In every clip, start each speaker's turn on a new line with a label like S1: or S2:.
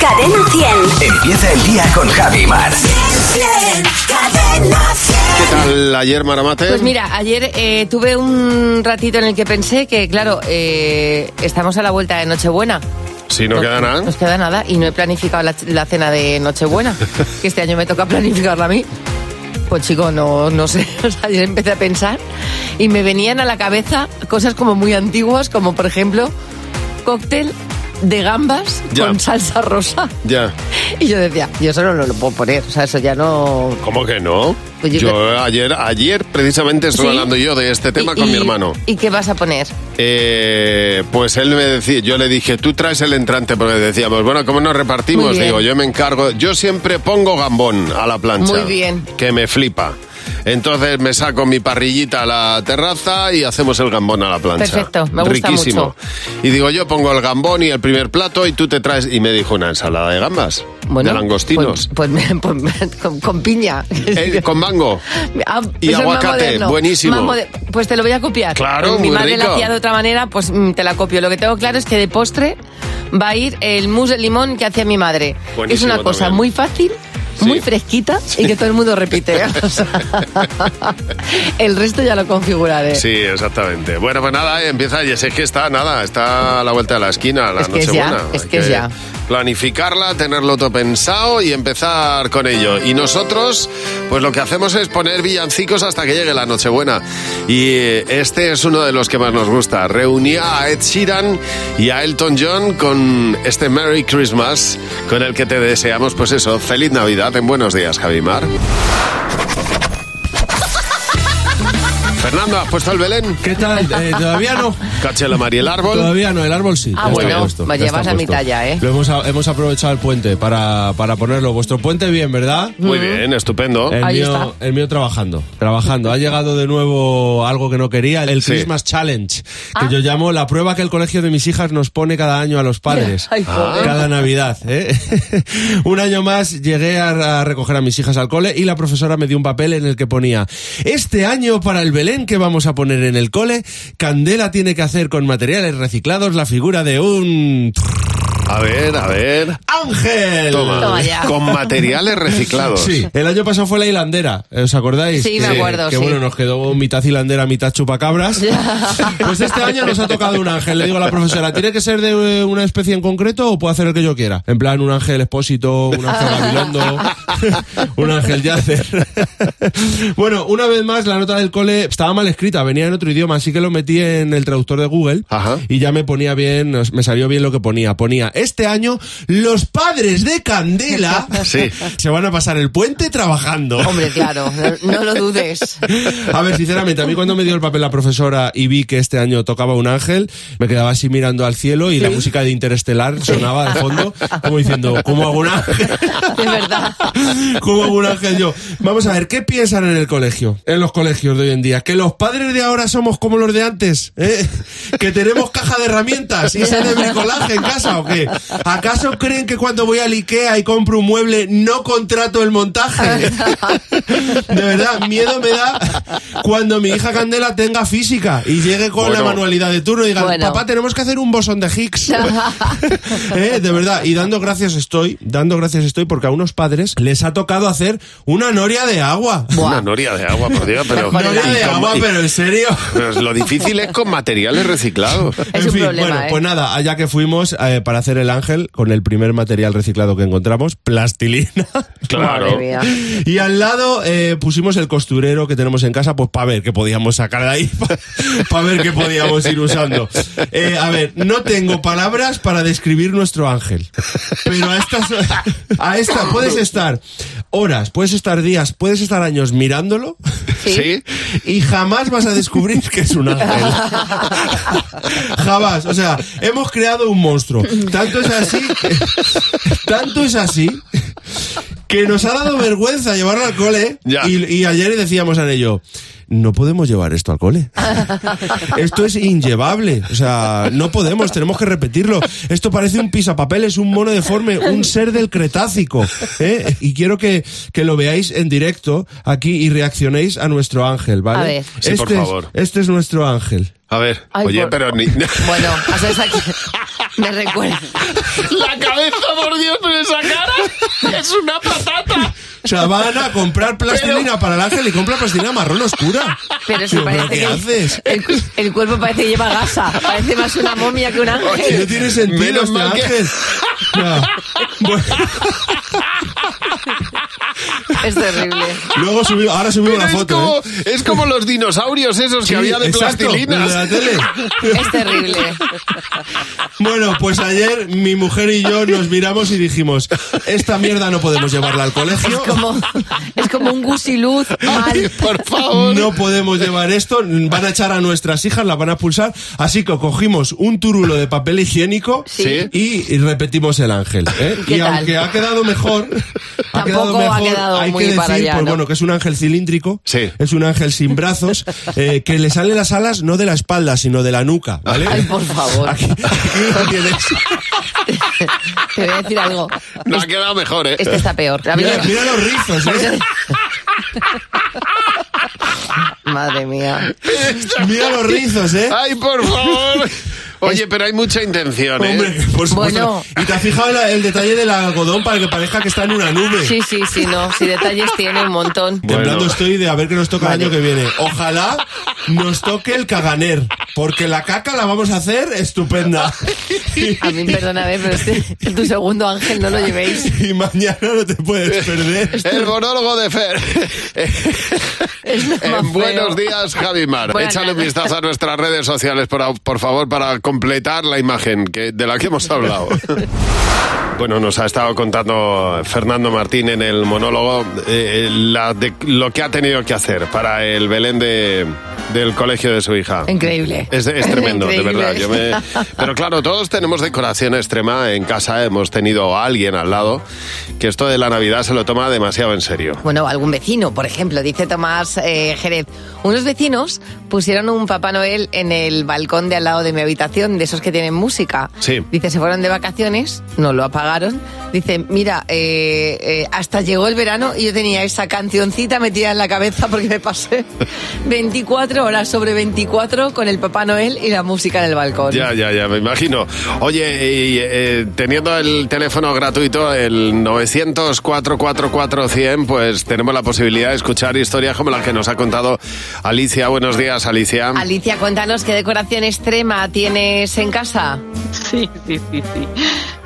S1: Cadena 100.
S2: Empieza el día con Javi Mar.
S1: Cadena 100.
S3: ¿Qué tal ayer, Maramate?
S4: Pues mira, ayer eh, tuve un ratito en el que pensé que, claro, eh, estamos a la vuelta de Nochebuena.
S3: Si no queda nada.
S4: Nos queda nada y no he planificado la, la cena de Nochebuena, que este año me toca planificarla a mí. Pues chico, no, no sé, o sea, ayer empecé a pensar y me venían a la cabeza cosas como muy antiguas, como por ejemplo cóctel de gambas
S3: Ya.
S4: con salsa rosa.
S3: Ya.
S4: Y yo decía, yo eso no lo, lo puedo poner, o sea, eso ya no...
S3: ¿Cómo que no?
S4: Pues yo
S3: yo
S4: creo-
S3: ayer, ayer precisamente estuve
S4: Sí.
S3: hablando yo de este tema
S4: Y-
S3: con mi
S4: y-
S3: hermano.
S4: ¿Y qué vas a poner?
S3: Eh, pues él me decía, yo le dije, tú traes el entrante, porque decíamos, bueno, ¿cómo nos repartimos?
S4: Muy bien.
S3: Digo, yo me encargo, yo siempre pongo gambón a la plancha.
S4: Muy bien.
S3: Que me flipa. Entonces me saco mi parrillita a la terraza y hacemos el gambón a la plancha.
S4: Perfecto, me gusta
S3: Riquísimo.
S4: mucho.
S3: Y digo, yo pongo el gambón y el primer plato y tú te traes, y me dijo, una ensalada de gambas, de langostinos,
S4: Pues, pues- pues- con, con piña.
S3: Eh, con mango.
S4: Ah,
S3: Y
S4: eso es más
S3: aguacate,
S4: moderno.
S3: buenísimo.
S4: Más mode- Pues te lo voy a copiar.
S3: Claro,
S4: Mi
S3: muy
S4: madre la
S3: rico.
S4: hacía de otra manera, pues mm, te la copio. Lo que tengo claro es que de postre va a ir el mousse de limón que hacía mi madre.
S3: Buenísimo
S4: es una cosa
S3: también.
S4: muy fácil.
S3: Sí.
S4: Muy fresquita y que todo el mundo repite. ¿eh? O sea, el resto ya lo configuraré.
S3: Sí, exactamente. Bueno, pues nada, eh, empieza y es que está, nada, está a la vuelta de la esquina, la
S4: Es que es
S3: Nochebuena.
S4: ya, es
S3: Hay
S4: que es ya.
S3: Planificarla, tenerlo todo pensado y empezar con ello. Y nosotros, pues lo que hacemos es poner villancicos hasta que llegue la Nochebuena. Y eh, este es uno de los que más nos gusta. Reunía a Ed Sheeran y a Elton John con este Merry Christmas, con el que te deseamos, pues eso, feliz Navidad en buenos días, Javimar. Fernando, ¿has puesto el Belén?
S5: ¿Qué tal? Eh, todavía no.
S3: Cachela María el árbol.
S5: Todavía no, el árbol sí.
S4: Ah,
S5: Ya está
S4: bueno, me
S5: ya está
S4: llevas a
S5: puesto.
S4: mitad ya, ¿eh?
S5: Lo hemos, a- hemos aprovechado el puente para, para ponerlo. Vuestro puente bien, ¿verdad?
S3: Muy bien, estupendo.
S5: El
S4: Ahí
S5: mío, el mío trabajando, trabajando. Ha llegado de nuevo algo que no quería, el
S3: Sí.
S5: Christmas Challenge, que
S4: Ah.
S5: yo llamo la prueba que el colegio de mis hijas nos pone cada año a los padres.
S4: Ay, joder.
S5: Cada Navidad, ¿eh? Un año más llegué a, a recoger a mis hijas al cole y la profesora me dio un papel en el que ponía Este año para el Belén que vamos a poner en el cole, Candela tiene que hacer con materiales reciclados la figura de un...
S3: A ver, a ver.
S5: ¡Ángel!
S3: Toma.
S4: Toma ya.
S3: Con materiales reciclados.
S5: Sí, el año pasado fue la hilandera, ¿eh? ¿os acordáis?
S4: Sí,
S5: que,
S4: me acuerdo,
S5: Que
S4: sí.
S5: bueno, nos quedó mitad hilandera, mitad chupacabras. pues este año nos ha tocado un ángel. Le digo a la profesora, ¿tiene que ser de eh, una especie en concreto o puedo hacer el que yo quiera? En plan, un ángel expósito, un ángel gabilondo, un ángel yacer. bueno, una vez más, la nota del cole estaba mal escrita, venía en otro idioma, así que lo metí en el traductor de Google
S3: Ajá.
S5: y ya me ponía bien, me salió bien lo que ponía. Ponía, este año los padres de Candela
S3: Sí.
S5: se van a pasar el puente trabajando.
S4: Hombre, claro, no, no lo dudes.
S5: A ver, sinceramente, a mí cuando me dio el papel la profesora y vi que este año tocaba un ángel, me quedaba así mirando al cielo y la música de Interestelar sonaba de fondo, como diciendo, ¿cómo hago un ángel?
S4: Es verdad.
S5: ¿Cómo hago un ángel yo? Vamos a ver, ¿qué piensan en el colegio? En los colegios de hoy en día. ¿Que los padres de ahora somos como los de antes? ¿eh? ¿Que tenemos caja de herramientas y sale bricolaje en casa o qué? ¿Acaso creen que cuando voy al Ikea y compro un mueble no contrato el montaje? De verdad, miedo me da cuando mi hija Candela tenga física y llegue con la
S3: Bueno.
S5: manualidad de turno y diga,
S4: Bueno.
S5: papá, tenemos que hacer un bosón de Higgs. Eh, De verdad, y dando gracias estoy, dando gracias estoy porque a unos padres les ha tocado hacer una noria de agua.
S3: Una noria de agua, por Dios, pero.
S4: Mejor
S5: Noria
S3: y
S5: de
S3: con-
S5: agua,
S3: y-
S5: pero en serio.
S3: pero lo difícil es con materiales reciclados.
S4: Es
S5: en
S4: un
S5: fin,
S4: problema,
S5: bueno,
S4: ¿eh?
S5: pues nada, allá que fuimos eh, para hacer el ángel con el primer material reciclado que encontramos, plastilina.
S3: Claro.
S4: Madre mía.
S5: Y al lado eh, pusimos el costurero que tenemos en casa, pues para ver qué podíamos sacar de ahí, para ver qué podíamos ir usando. Eh, a ver, no tengo palabras para describir nuestro ángel, pero a estas, a esta puedes estar horas, puedes estar días, puedes estar años mirándolo
S4: Sí.
S3: Sí.
S5: y jamás vas a descubrir que es un ángel. jamás, o sea, hemos creado un monstruo. Tanto es así, tanto es así que nos ha dado vergüenza llevarlo al cole
S3: Ya.
S5: y, y ayer decíamos a ello no podemos llevar esto al cole.
S6: Um,
S5: Esto es inllevable. O sea, no podemos, tenemos que repetirlo. Esto parece un pisapapeles, un mono deforme, un ser del Cretácico. ¿eh? Y quiero que, que lo veáis en directo aquí y reaccionéis a nuestro ángel, ¿vale?
S4: A ver.
S3: Sí, por
S5: Este es-
S3: favor.
S5: este es nuestro ángel.
S3: A ver,
S4: Ay,
S3: oye,
S4: por-
S3: pero ni.
S4: Bueno, o sea, es aquí. Me recuerda.
S3: ¡La cabeza, por Dios, pero esa cara es una patata.
S5: O sea, van a comprar plastilina para el ángel y compra plastilina marrón oscura.
S4: Pero eso
S5: Digo,
S4: parece
S5: ¿Qué
S4: que
S5: haces?
S4: El, cu- el cuerpo parece que lleva gasa. Parece más una momia que un ángel.
S5: Si no tiene sentido
S3: Menos
S5: este
S3: mal que-
S5: ángel. Ya. Bueno,
S4: Es terrible.
S5: luego subimos, ahora subimos
S3: Pero
S5: la
S3: es,
S5: foto.
S3: como,
S5: ¿eh?
S3: es como los dinosaurios esos
S5: Sí,
S3: que había de
S5: exacto,
S3: plastilina.
S5: de la tele.
S3: Este
S4: Es terrible.
S5: Bueno, pues ayer mi mujer y yo nos miramos y dijimos, esta mierda no podemos llevarla al
S4: Es
S5: colegio.
S4: como, es como un gusiluz
S3: Ay,
S4: mal.
S3: por favor.
S5: No podemos llevar esto, van a echar a nuestras hijas, las van a pulsar. Así que cogimos un turulo de papel higiénico
S3: Sí.
S5: y repetimos el ángel. ¿eh?
S4: ¿Qué
S5: Y
S4: tal?
S5: aunque ha quedado mejor, ha quedado
S4: Tampoco ha
S5: mejor,
S4: quedado
S5: hay
S4: muy
S5: que decir,
S4: para allá,
S5: pues
S4: ¿no?
S5: bueno, que es un ángel cilíndrico,
S3: Sí.
S5: es un ángel sin brazos, eh, que le salen las alas no de la espalda, sino de la nuca, ¿vale?
S4: Ay, por favor.
S5: Aquí, aquí lo tienes.
S4: Te voy a decir algo.
S3: No ha quedado mejor, ¿eh?
S4: Este está peor. La
S5: Mira,
S4: verdad-
S5: mira los rizos, ¿eh?
S4: Madre mía.
S5: Mira los rizos, ¿eh?
S3: Ay, por favor. Oye, pero hay mucha intención, ¿eh?
S5: Hombre, por supuesto.
S4: Bueno.
S5: Y te has fijado la- el detalle del algodón para que parezca que está en una nube.
S4: Sí, sí, sí, no. Si detalles tiene un montón.
S5: Temblando
S3: Bueno.
S5: estoy de a ver qué nos toca
S4: Vale.
S5: el año que viene. Ojalá nos toque el caganer, porque la caca la vamos a hacer estupenda.
S4: A mí, perdóname, pero este, tu segundo ángel no lo llevéis.
S5: Y mañana no te puedes perder.
S3: El monólogo de Fer.
S4: Es lo más
S3: en
S4: feo.
S3: buenos días, Javi Mar.
S4: Buenas
S3: Échale un
S4: tardes.
S3: vistazo a nuestras redes sociales, por, por favor, para completar la imagen que, de la que hemos hablado. Bueno, nos ha estado contando Fernando Martín en el monólogo eh, la de- lo que ha tenido que hacer para el Belén de- del colegio de su hija.
S4: Increíble.
S3: Es, es tremendo, de
S4: Increíble.
S3: verdad. Yo me- Pero claro, todos tenemos decoración extrema en casa, hemos tenido a alguien al lado que esto de la Navidad se lo toma demasiado en serio.
S4: Bueno, algún vecino, por ejemplo, dice Tomás eh, Jerez. Unos vecinos pusieron un Papá Noel en el balcón de al lado de mi habitación, de esos que tienen música.
S3: Sí.
S4: Dice, se fueron de vacaciones, no lo apagaron. Dice, mira, eh, eh, hasta llegó el verano y yo tenía esa cancioncita metida en la cabeza porque me pasé 24 horas sobre 24 con el Papá Noel y la música en el balcón.
S3: Ya, ya, ya, me imagino. Oye, y, eh, teniendo el teléfono gratuito, el 900 444 100 pues tenemos la posibilidad de escuchar historias como la que nos ha contado Alicia. Buenos días, Alicia.
S4: Alicia, cuéntanos qué decoración extrema tienes en casa.
S1: Sí, sí, sí, sí.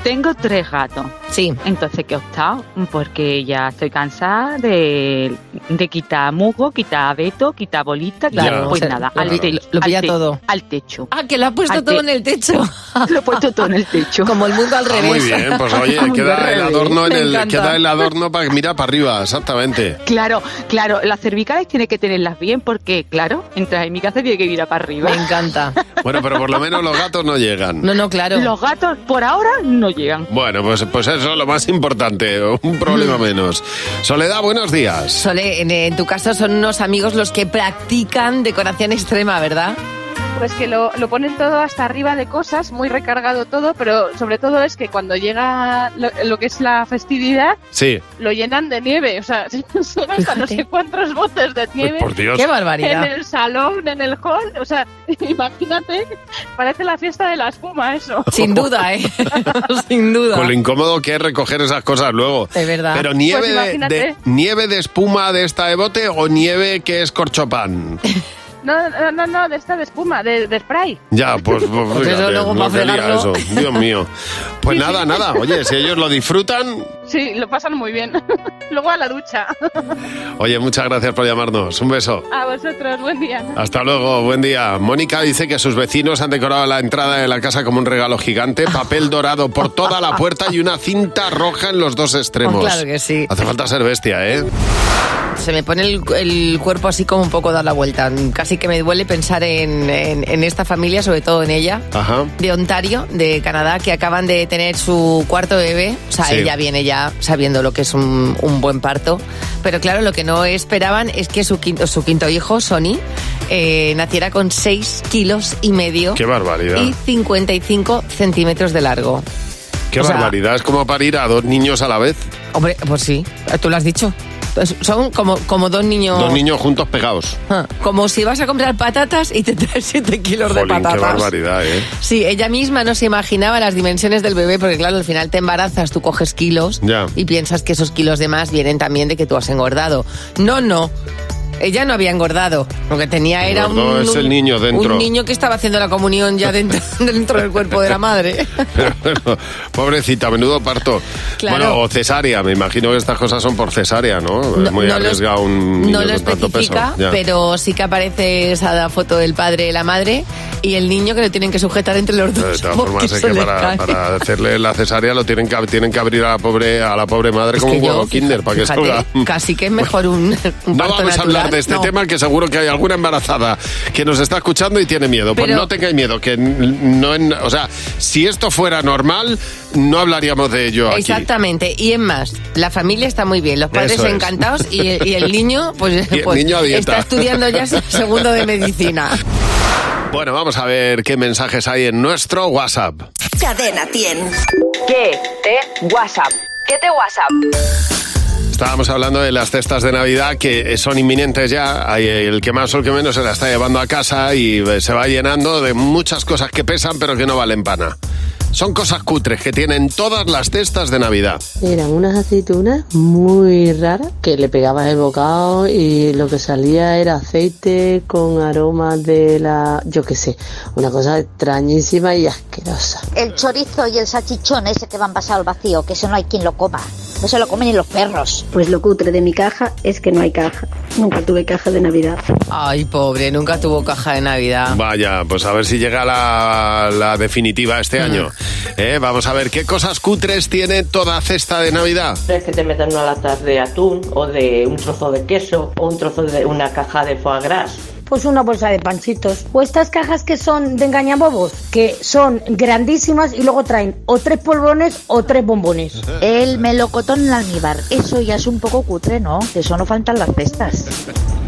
S1: Tengo tres gatos.
S4: Sí.
S1: Entonces, ¿qué he optado? Porque ya estoy cansada de, de quitar musgo, quitar abeto, quitar bolita, quitar-
S4: Claro,
S1: pues
S4: o sea,
S1: nada,
S4: lo pi-
S1: al techo.
S4: lo pilla
S1: al te-
S4: todo.
S1: Al techo.
S4: Ah, que lo has puesto
S1: Al
S4: todo
S1: te-
S4: en el techo.
S1: Lo he puesto todo en el techo.
S4: Como el mundo al
S3: Ah,
S4: revés.
S3: muy bien, pues oye, queda el adorno en
S4: Me
S3: el,
S4: encanta.
S3: queda el adorno para mira para arriba, exactamente.
S1: Claro, claro, las cervicales tiene que tenerlas bien porque, claro, entras en mi casa y tiene que virar para arriba.
S4: Me encanta.
S3: Bueno, pero por lo menos los gatos no llegan.
S4: No, no, claro.
S1: Los gatos por ahora no llegan.
S3: Bueno, pues, pues eso es lo más importante, un problema menos. Soledad, buenos días.
S4: Sole, en, en tu caso son unos amigos los que practican decoración extrema, ¿verdad?
S7: Pues que lo, lo ponen todo hasta arriba de cosas, muy recargado todo, pero sobre todo es que cuando llega lo, lo que es la festividad,
S3: Sí,
S7: lo llenan de nieve. O sea, son hasta no sé cuántos botes de
S3: Uy,
S7: nieve.
S3: Pues, por Dios.
S4: ¡Qué
S7: En
S4: barbaridad!
S7: el salón, en el hall, o sea, imagínate, parece la fiesta de la espuma eso.
S4: Sin duda, ¿eh? Sin duda.
S3: Con lo incómodo que es recoger esas cosas luego.
S4: Es verdad.
S3: Pero nieve,
S7: Pues
S3: de,
S7: imagínate.
S3: de- nieve de espuma de esta de bote o nieve que es corchopán.
S7: No, no, no, no, de esta de espuma, de, de spray.
S3: Ya, pues, pues,
S4: Pues eso
S3: fíjate,
S4: luego
S3: lo
S4: pa'
S3: que lía
S4: fregarlo.
S3: eso. Dios mío. Pues nada, nada. Oye, si ellos lo disfrutan.
S7: Sí, lo pasan muy bien. Luego a la ducha.
S3: Oye, muchas gracias por llamarnos. Un beso.
S7: A vosotros, buen día.
S3: Hasta luego, buen día. Mónica dice que sus vecinos han decorado la entrada de la casa como un regalo gigante, papel dorado por toda la puerta y una cinta roja en los dos extremos.
S4: Pues claro que sí.
S3: Hace falta ser bestia, ¿eh?
S4: Se me pone el, el cuerpo así como un poco dar la vuelta. Casi que me duele pensar en- en- en esta familia, sobre todo en ella.
S3: Ajá.
S4: de Ontario, de Canadá, que acaban de tener su cuarto bebé. O sea,
S3: Sí.
S4: ella viene ya sabiendo lo que es un, un buen parto. Pero claro, lo que no esperaban es que su quinto, su quinto hijo, Sonny, eh, naciera con 6 kilos y medio
S3: Qué barbaridad.
S4: y 55 centímetros de largo.
S3: Qué
S4: o sea-
S3: barbaridad. Es como parir a dos niños a la vez.
S4: Hombre, pues sí, tú lo has dicho. Pues Son como, como dos niños.
S3: Dos niños juntos pegados.
S4: Ah, Como si vas a comprar patatas y te traes 7 kilos de
S3: Jolín,
S4: patatas.
S3: qué barbaridad, ¿eh?
S4: Sí, ella misma no se imaginaba las dimensiones del bebé, porque claro, al final te embarazas, tú coges kilos
S3: Ya.
S4: y piensas que esos kilos de más vienen también de que tú has engordado. No, no. Ella no había engordado. Lo que tenía era un,
S3: Engordó es el niño dentro.
S4: un niño que estaba haciendo la comunión ya dentro, dentro del cuerpo de la madre.
S3: Pero bueno, pobrecita, menudo parto.
S4: Claro.
S3: Bueno, o cesárea, me imagino que estas cosas son por cesárea, ¿no? es muy
S4: lo-
S3: arriesgado un niño
S4: no lo
S3: con tanto peso.
S4: especifica,
S3: Ya.
S4: pero sí que aparece esa foto del padre y la madre y el niño que lo tienen que sujetar entre los
S3: Pero De
S4: dos.
S3: todas
S4: porque
S3: formas, es
S4: se
S3: que
S4: le
S3: para,
S4: cae.
S3: para hacerle la cesárea lo tienen que, tienen que abrir a la pobre, a la pobre madre
S4: Es
S3: como
S4: que
S3: un
S4: yo,
S3: huevo kinder
S4: fíjate,
S3: para que
S4: fíjate,
S3: salga.
S4: Casi que es mejor un, un
S3: No
S4: parto
S3: vamos a
S4: natural.
S3: hablar de este
S4: No.
S3: tema, que seguro que hay alguna embarazada que nos está escuchando y tiene miedo. Pues
S4: Pero-
S3: no tengáis miedo, que n- no, en- o sea, si esto fuera normal, no hablaríamos de ello aquí.
S4: Exactamente, y es más, la familia está muy bien, los padres
S3: Eso es.
S4: encantados y, el- y el niño, pues,
S3: Y el
S4: pues,
S3: niño a dieta.
S4: está estudiando ya se- segundo de medicina.
S3: Bueno, vamos a ver qué mensajes hay en nuestro WhatsApp.
S6: Cadena 100.
S8: ¿Qué te WhatsApp? ¿Qué te WhatsApp?
S3: Estábamos hablando de las cestas de Navidad que son inminentes ya. Hay eh, El que más o el que menos se la está llevando a casa y eh, se va llenando de muchas cosas que pesan pero que no valen pana. Son cosas cutres que tienen todas las cestas de Navidad.
S9: Eran unas aceitunas muy raras que le pegabas el bocado y lo que salía era aceite con aromas de la, yo qué sé, una cosa extrañísima y asquerosa.
S10: El chorizo y el salchichón ese que van pasado al vacío, que eso no hay quien lo coma. Eso lo comen y los perros.
S11: Pues lo cutre de mi caja es que no hay caja. Nunca tuve caja de Navidad.
S4: Ay, pobre, nunca tuvo caja de Navidad.
S3: Vaya, pues a ver si llega la, la definitiva este año. Eh, Vamos a ver qué cosas cutres tiene toda cesta de Navidad.
S12: Es que te metan una lata de atún o de un trozo de queso o un trozo de una caja de foie gras.
S13: Pues una bolsa de panchitos. O estas cajas que son de engañabobos, que son grandísimas y luego traen o tres polvones o tres bombones.
S10: El melocotón en almíbar, eso ya es un poco cutre, ¿no? De eso no faltan las cestas.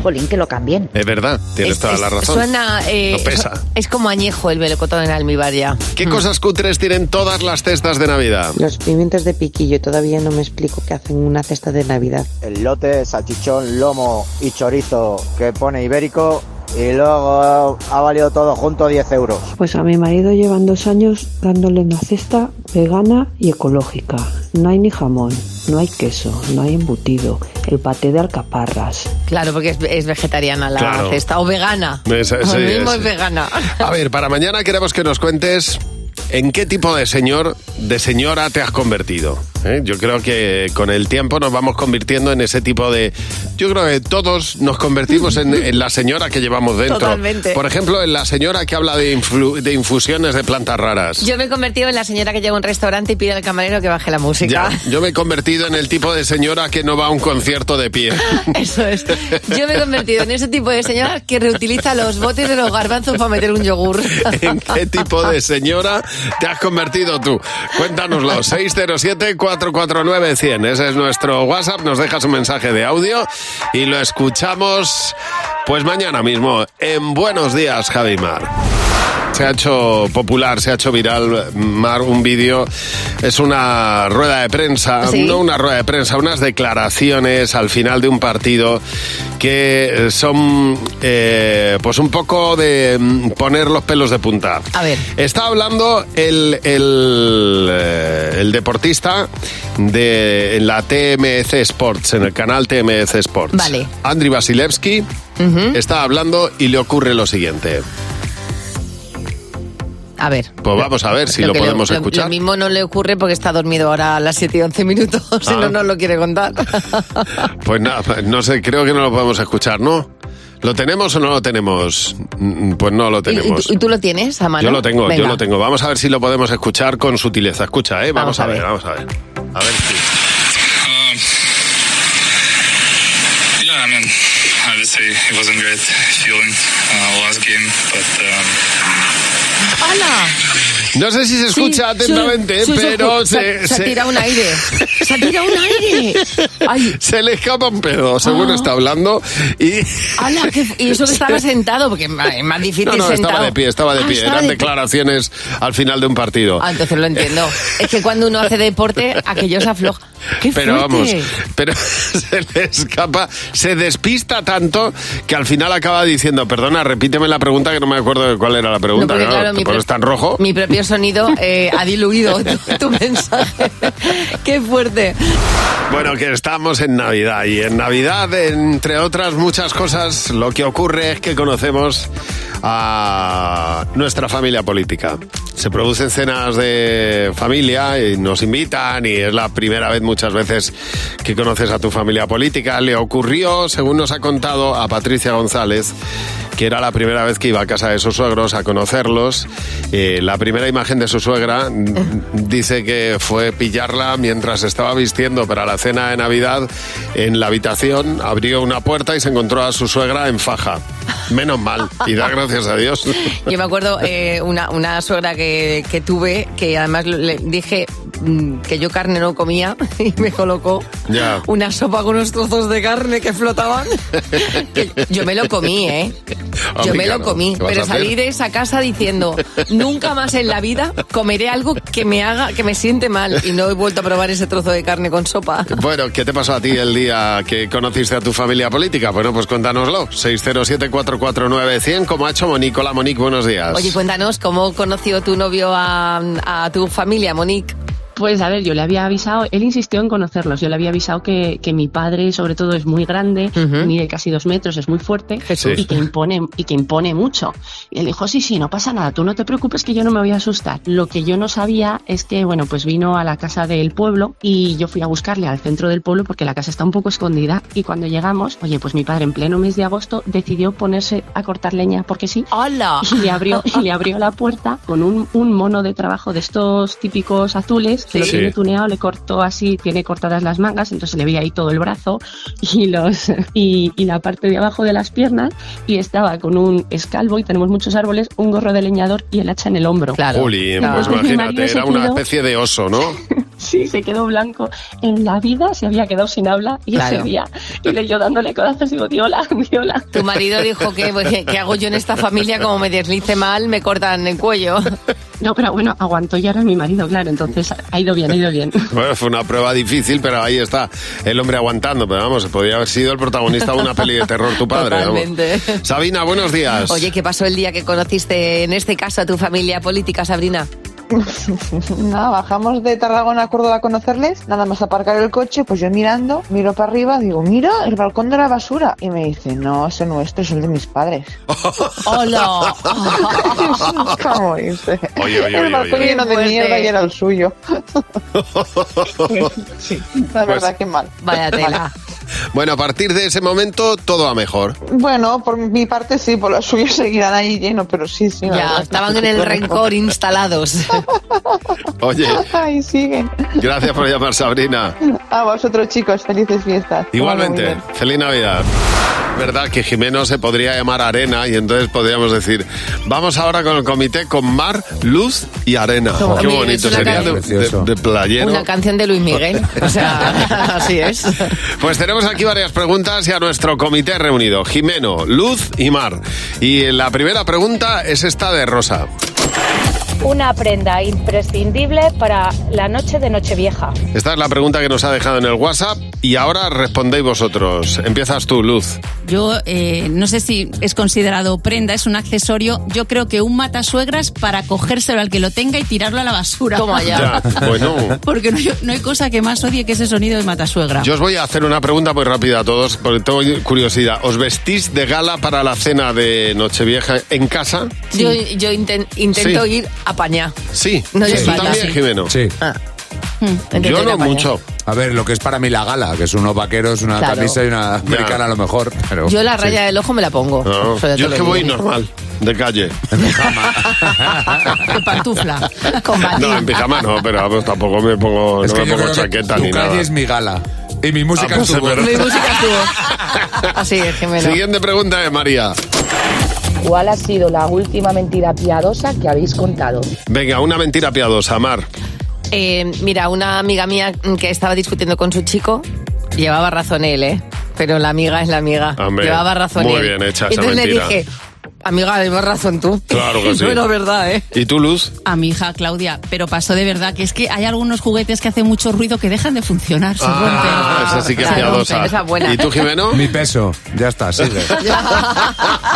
S10: Jolín, que lo cambien.
S3: Es verdad, tienes toda la razón.
S4: Suena, eh, Mm.
S3: no pesa.
S4: es como añejo el melocotón en almíbar ya.
S3: ¿Qué cosas cutres tienen todas las cestas de Navidad?
S14: Los pimientos de piquillo, todavía no me explico qué hacen en una cesta de Navidad.
S15: el lote, salchichón, lomo y chorizo que pone ibérico y luego ha valido todo junto 10 euros.
S16: Pues a mi marido llevan dos años dándole una cesta vegana y ecológica. No hay ni jamón, no hay queso, no hay embutido, el paté de alcaparras.
S4: Claro, porque es, es vegetariana la
S3: Claro.
S4: cesta, o vegana.
S3: Es-
S4: Pues Lo
S3: sí,
S4: mismo
S3: es-
S4: es vegana.
S3: A ver, para mañana queremos que nos cuentes en qué tipo de señor, de señora te has convertido. ¿eh? Yo creo que con el tiempo nos vamos convirtiendo en ese tipo de... Yo creo que todos nos convertimos en, en la señora que llevamos dentro.
S4: Totalmente.
S3: Por ejemplo, en la señora que habla de, influ- de infusiones de plantas raras.
S4: Yo me he convertido en la señora que llega a un restaurante y pide al camarero que baje la música.
S3: Ya, yo me he convertido en el tipo de señora que no va a un concierto de pie.
S4: Eso es. Yo me he convertido en ese tipo de señora que reutiliza los botes de los garbanzos para meter un yogur.
S3: ¿En qué tipo de señora te has convertido tú? Cuéntanoslo. 607-449-100. Ese es nuestro WhatsApp. Nos dejas un mensaje de audio y lo escuchamos pues mañana mismo en Buenos Días, Javi Mar. Se ha hecho popular, se ha hecho viral, Mar, un vídeo. Es una rueda de prensa,
S17: Sí.
S3: no una rueda de prensa, unas declaraciones al final de un partido que eh, son eh, pues un poco de mm, poner los pelos de punta.
S4: A ver.
S3: Está hablando el, el, eh, el deportista de en la TMC Sports, en el canal TMC Sports.
S4: Vale.
S3: Andriy Vasilevsky está hablando y le ocurre lo siguiente.
S4: A ver.
S3: Pues vamos a ver si lo,
S4: que le-
S3: podemos escuchar.
S4: Lo mismo no le ocurre porque está dormido ahora a las 7 y 11 minutos y
S3: Ah.
S4: no nos lo quiere contar.
S3: Pues nada, no sé, creo que no lo podemos escuchar, ¿no? ¿Lo tenemos o no lo tenemos? Mm, Pues no lo
S4: ¿Y, y
S3: tenemos.
S4: tú, y tú lo tienes a mano?
S3: Yo lo tengo, yo
S4: Venga.
S3: lo tengo. Vamos a ver si lo podemos escuchar con sutileza. Escucha, ¿eh? Vamos,
S4: Vamos a
S3: a ver,
S4: ver.
S3: vamos a ver. A ver si.
S18: Um, yeah, I mean, I
S6: would say it wasn't great feeling uh, last game, but um,
S4: ¡Hala!
S3: No sé si se escucha atentamente,
S4: su- su-
S3: pero
S4: se,
S3: se,
S4: se ha
S3: se-
S4: tirado un aire. Se ha tirado un aire. Ah.
S3: se le escapa un pedo, según está hablando. Y,
S4: ¡Hala! qué fu- y eso que estaba sentado, porque es más es más difícil
S3: no, no,
S4: sentado.
S3: estaba de pie, estaba de
S4: Ah,
S3: pie.
S4: estaba
S3: Eran
S4: de pie.
S3: declaraciones al final de un partido.
S4: Ah, entonces lo entiendo. Es que cuando uno hace deporte, aquello se afloja. ¡Qué
S3: Pero vamos,
S4: fuerte!
S3: pero se le escapa, se despista tanto que al final acaba diciendo, perdona, repíteme la pregunta que no me acuerdo de cuál era la pregunta.
S4: porque,
S3: ¿no?
S4: claro, mi
S3: Por
S4: pre-
S3: eso está en rojo.
S4: Mi propio sonido eh, ha diluido tu, tu mensaje. ¡Qué fuerte!
S3: Bueno, que estamos en Navidad y en Navidad, entre otras muchas cosas, lo que ocurre es que conocemos a nuestra familia política. Se producen cenas de familia y nos invitan y es la primera vez muchas veces que conoces a tu familia política. Le ocurrió, según nos ha contado a Patricia González, que era la primera vez que iba a casa de sus suegros a conocerlos. Eh, la primera imagen de su suegra mm, dice que fue pillarla mientras estaba vistiendo para la cena de Navidad en la habitación, abrió una puerta y se encontró a su suegra en faja. Menos mal, y da gracias a Dios.
S4: Yo me acuerdo eh, una, una suegra que, que tuve, que además le dije mm, que yo carne no comía y me colocó
S3: ya.
S4: una sopa con unos trozos de carne que flotaban. Que yo me lo comí, ¿eh? Yo me lo comí, pero salí de esa casa diciendo, nunca más en la vida comeré algo que me haga, que me siente mal. Y no he vuelto a probar ese trozo de carne con sopa.
S3: Bueno, ¿qué te pasó a ti el día que conociste a tu familia política? Bueno, pues cuéntanoslo. 607-449-100, como ha hecho Monique. Hola, Monique, buenos días.
S4: Oye, cuéntanos, ¿cómo conoció tu novio a, a tu familia, Monique?
S17: Pues a ver, yo le había avisado, él insistió en conocerlos, yo le había avisado que, que mi padre sobre todo es muy grande, mide casi dos metros, es muy fuerte
S18: Jesús.
S17: y que impone y que impone mucho. Y él dijo, sí, sí, no pasa nada, tú no te preocupes que yo no me voy a asustar. Lo que yo no sabía es que, bueno, pues vino a la casa del pueblo y yo fui a buscarle al centro del pueblo porque la casa está un poco escondida y cuando llegamos, oye, pues mi padre en pleno mes de agosto decidió ponerse a cortar leña porque sí.
S4: ¡Hola!
S17: Y le abrió, y le abrió la puerta con un, un mono de trabajo de estos típicos azules que lo Sí. tiene Sí. tuneado, le cortó así, tiene cortadas las mangas, entonces le veía ahí todo el brazo y los y, y la parte de abajo de las piernas y estaba con un escalvo y tenemos muchos árboles, un gorro de leñador y el hacha en el hombro.
S3: Juli, pues
S17: Entonces mi marido
S3: imagínate,
S17: se
S3: era una
S17: quedó-
S3: especie de oso, ¿no?
S17: Sí, se quedó blanco. En la vida se había quedado sin habla y
S3: Claro.
S17: ese día y le yo dándole codazos y digo, "Diola, diola."
S4: Tu marido dijo que, pues, ¿qué hago yo en esta familia? Como me deslice mal, me cortan el cuello.
S17: No, pero bueno, aguantó y ahora es mi marido, claro, entonces ha ido bien, ha ido bien.
S3: Bueno, fue una prueba difícil, pero ahí está el hombre aguantando. Pero vamos, podría haber sido el protagonista de una peli de terror tu padre. vamos.
S4: Totalmente.
S3: Sabina, buenos días.
S4: Oye, ¿qué pasó el día que conociste, en este caso, a tu familia política, Sabrina?
S19: Nada, bajamos de Tarragona a Córdoba a conocerles, nada más aparcar el coche, pues yo mirando, miro para arriba, digo, mira, el balcón de la basura. Y me dice, no, ese nuestro es el de mis padres.
S4: ¡Hola!
S19: ¿Cómo dice?
S3: Oye, oye,
S19: el
S3: oye,
S19: balcón
S3: oye.
S19: lleno de
S4: Fuerte.
S19: mierda y era el suyo. sí, la
S3: Pues-
S19: verdad que mal.
S4: Vaya tela.
S3: Bueno, a partir de ese momento todo va mejor.
S19: Bueno, por mi parte sí, por los suyos seguirán ahí llenos, pero sí, sí. la
S4: Ya,
S19: verdad.
S4: estaban en el rencor instalados.
S3: Oye,
S19: Ahí siguen.
S3: gracias por llamar, Sabrina.
S19: A vosotros chicos, felices fiestas. Pasadlo muy
S3: Igualmente,
S19: bien.
S3: feliz Navidad. Verdad que Jimeno se podría llamar Arena y entonces podríamos decir, vamos ahora con el comité con mar, luz y arena.
S4: Toma,
S3: Qué
S4: mira,
S3: bonito
S4: es una
S3: sería
S4: canción.
S3: de, de- de playero.
S4: Una canción de Luis Miguel. O sea, así es.
S3: Pues tenemos aquí varias preguntas y a nuestro comité reunido, Jimeno, Luz y Mar. Y la primera pregunta es esta de Rosa.
S20: Una prenda imprescindible para la noche de Nochevieja.
S3: Esta es la pregunta que nos ha dejado en el WhatsApp y ahora respondéis vosotros. Empiezas tú, Luz.
S21: Yo eh, no sé si es considerado prenda, es un accesorio. Yo creo que un matasuegras para cogérselo al que lo tenga y tirarlo a la basura.
S4: Toma
S3: Ya, bueno.
S21: Porque no, hay- no hay cosa que más odie que ese sonido de matasuegra.
S3: Yo os voy a hacer una pregunta muy rápida a todos, porque tengo curiosidad. ¿Os vestís de gala para la cena de Nochevieja en casa?
S4: Yo, yo inten- intento
S3: Sí.
S4: ir a pañá.
S3: Sí.
S4: No
S3: Sí,
S4: les
S3: ¿Tú
S4: falta,
S3: también,
S4: sí.
S3: Jimeno?
S22: Sí.
S4: Intento ir a pañá.
S22: A ver, lo que es para mí la gala, que es unos vaqueros, una
S4: Claro.
S22: camisa y una americana a lo mejor. Pero,
S4: Yo la raya del ojo me la pongo.
S22: No.
S4: Sobre
S3: Ah. Yo
S4: todo
S3: es que
S4: lo
S3: voy
S4: digo.
S3: normal, de calle.
S4: Con pantufla. Con
S3: Pues No, en pijama no, pero vamos, tampoco me pongo, no me pongo chaqueta
S22: tu
S3: ni
S22: calle
S3: nada.
S22: es mi gala. Y mi música
S3: Ah, pues
S22: estuvo.
S3: es verdad. Mi
S4: música Así es, Jimeno.
S3: Siguiente pregunta de María.
S2: ¿Cuál ha sido la última mentira piadosa que habéis contado?
S3: Venga, una mentira piadosa, Mar.
S4: Eh, mira, una amiga mía que estaba discutiendo con su chico llevaba razón él, ¿eh? Pero la amiga es la amiga.
S3: Hombre,
S4: llevaba razón
S3: muy
S4: él.
S3: bien hecha esa
S4: Entonces
S3: mentira.
S4: le dije, amiga, llevas razón tú.
S3: Claro que sí.
S4: Bueno, es verdad, ¿eh?
S3: ¿Y tú, Luz?
S21: A mi hija Claudia, pero pasó de verdad que es que hay algunos juguetes que hacen mucho ruido que dejan de funcionar, se
S3: Ah,
S21: rompen.
S3: esa sí que es
S21: Se rompen,
S3: piadosa.
S21: esa es buena.
S3: ¿Y tú, Jimeno?
S22: Mi peso. Ya está, sigue.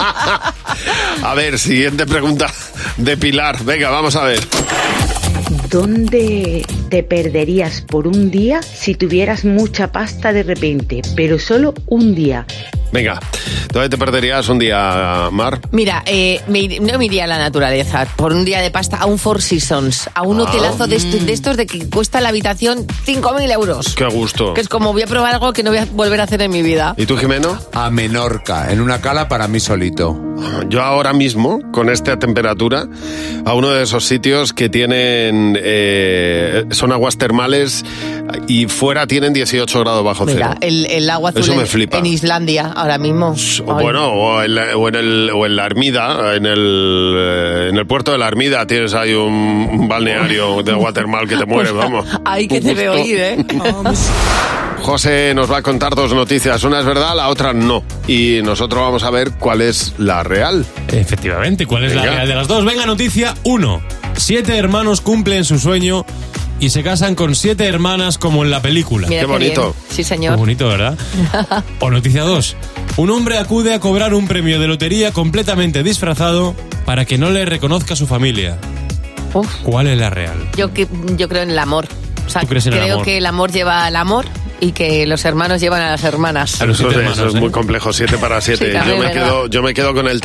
S3: A ver, siguiente pregunta de Pilar. Venga, vamos a ver.
S18: ¿Dónde te perderías por un día si tuvieras mucha pasta de repente, pero solo un día?
S3: Venga, ¿dónde te perderías un día, Mar?
S4: Mira, eh, me ir- no me iría a la naturaleza por un día de pasta a un Four Seasons, a un
S3: Ah.
S4: hotelazo de,
S21: Mm.
S4: estu- de estos de que cuesta la habitación 5.000 euros.
S3: Qué gusto.
S4: Que es como voy a probar algo que no voy a volver a hacer en mi vida.
S3: ¿Y tú, Jimeno?
S22: A Menorca, en una cala para mí solito.
S3: Yo ahora mismo, con esta temperatura, a uno de esos sitios que tienen. eh, son aguas termales y fuera tienen 18 grados bajo
S4: Mira,
S3: cero.
S4: el, el agua azul
S3: Eso me
S4: en-
S3: flipa.
S4: en Islandia ahora mismo.
S3: O
S4: Ay.
S3: bueno, o en, la, o en el, o en la Armida, en el, eh, en el puerto de la Armida tienes ahí un, un balneario de agua termal que te mueres,
S4: Pues,
S3: vamos.
S4: Ay, que te veo ir, ¿eh?
S3: José nos va a contar dos noticias. Una es verdad, la otra no. Y nosotros vamos a ver cuál es la real.
S23: Efectivamente, ¿cuál es
S3: Venga.
S23: la real de las dos? Venga, noticia 1. Siete hermanos cumplen su sueño y se casan con siete hermanas como en la película.
S4: Mira bien. Sí,
S23: Qué
S4: señor.
S23: bonito, ¿verdad? O noticia 2. Un hombre acude a cobrar un premio de lotería completamente disfrazado para que no le reconozca su familia. ¿Cuál es la real?
S4: Yo, que- yo creo en el amor. O sea,
S23: ¿Tú crees en el
S4: creo
S23: amor?
S4: que el amor lleva al amor y que los hermanos llevan a las hermanas.
S3: eso, es- eso es
S23: ¿eh?
S3: muy complejo, 7 para 7.
S4: Sí, también
S3: yo, me
S4: es
S3: quedo, yo me quedo con el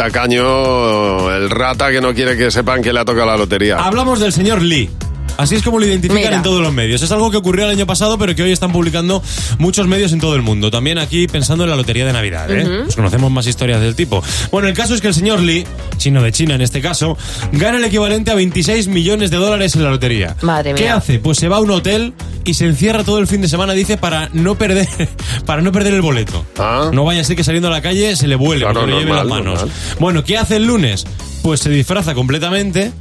S3: tacaño, el rata que no quiere que sepan que le ha tocado la lotería.
S23: Hablamos del señor Lee. Así es como lo identifican en todos los medios. Es algo que ocurrió el año pasado, pero que hoy están publicando muchos medios en todo el mundo. También aquí pensando en la lotería de Navidad. ¿eh?
S22: Ujú.
S23: Pues conocemos más historias del tipo. Bueno, el caso es que el señor Lee, chino de China en este caso, gana el equivalente a 26 millones de dólares en la lotería.
S4: Madre
S23: ¿Qué
S4: mía.
S23: hace? Pues se va a un hotel y se encierra todo el fin de semana, dice, para no perder, para no perder el boleto. No vaya a ser que saliendo a la calle se le vuele,
S3: Ah. Claro,
S23: porque lo lleve
S3: normal,
S23: las manos.
S3: normal.
S23: Bueno, ¿qué hace el lunes? Pues se disfraza completamente.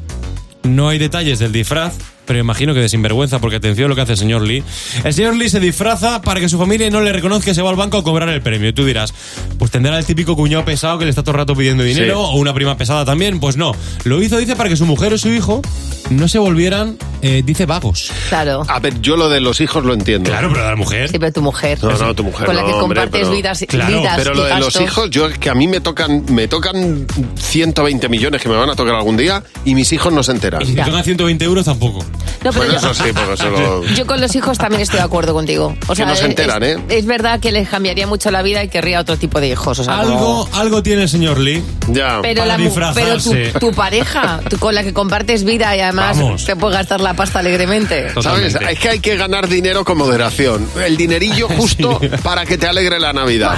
S23: No hay detalles del disfraz, pero imagino que de sinvergüenza, porque atención a lo que hace el señor Lee. El señor Lee se disfraza para que su familia no le reconozca y se va al banco a cobrar el premio. Y tú dirás, pues tendrá el típico cuñado pesado que le está todo el rato pidiendo dinero,
S3: Sí.
S23: o una prima pesada también. Pues no. Lo hizo, dice, para que su mujer o su hijo no se volvieran, eh, dice, vagos.
S4: Claro.
S3: A ver, yo lo de los hijos lo entiendo.
S23: Claro, pero la mujer.
S4: Sí, pero tu mujer.
S3: No, no, tu mujer.
S4: Con la
S3: no,
S4: que
S3: hombre,
S4: compartes
S3: pero-
S4: vidas, vidas
S3: pero
S4: y
S3: lo de los
S4: gastos.
S3: hijos, yo es que a mí me tocan, me tocan 120 millones que me van a tocar algún día y mis hijos no se enteran.
S23: Y si te tocan 120 euros tampoco.
S4: No, pero
S3: Bueno,
S4: yo-
S3: eso sí, porque se lo-
S4: Yo con los hijos también estoy de acuerdo contigo. O
S3: Que
S4: sea,
S3: no se
S4: es-
S3: enteran,
S4: es,
S3: ¿eh?
S4: Es verdad que les cambiaría mucho la vida y querría otro tipo de hijos. o sea,
S23: Algo, algo tiene el señor Lee.
S3: Ya.
S4: Pero, la, mu- pero tu, tu pareja, tú con la que compartes vida y además
S3: Vamos.
S4: te puedes gastar la pasta alegremente.
S3: ¿Sabes? Es que hay que ganar dinero con moderación. El dinerillo justo para que te alegre la Navidad.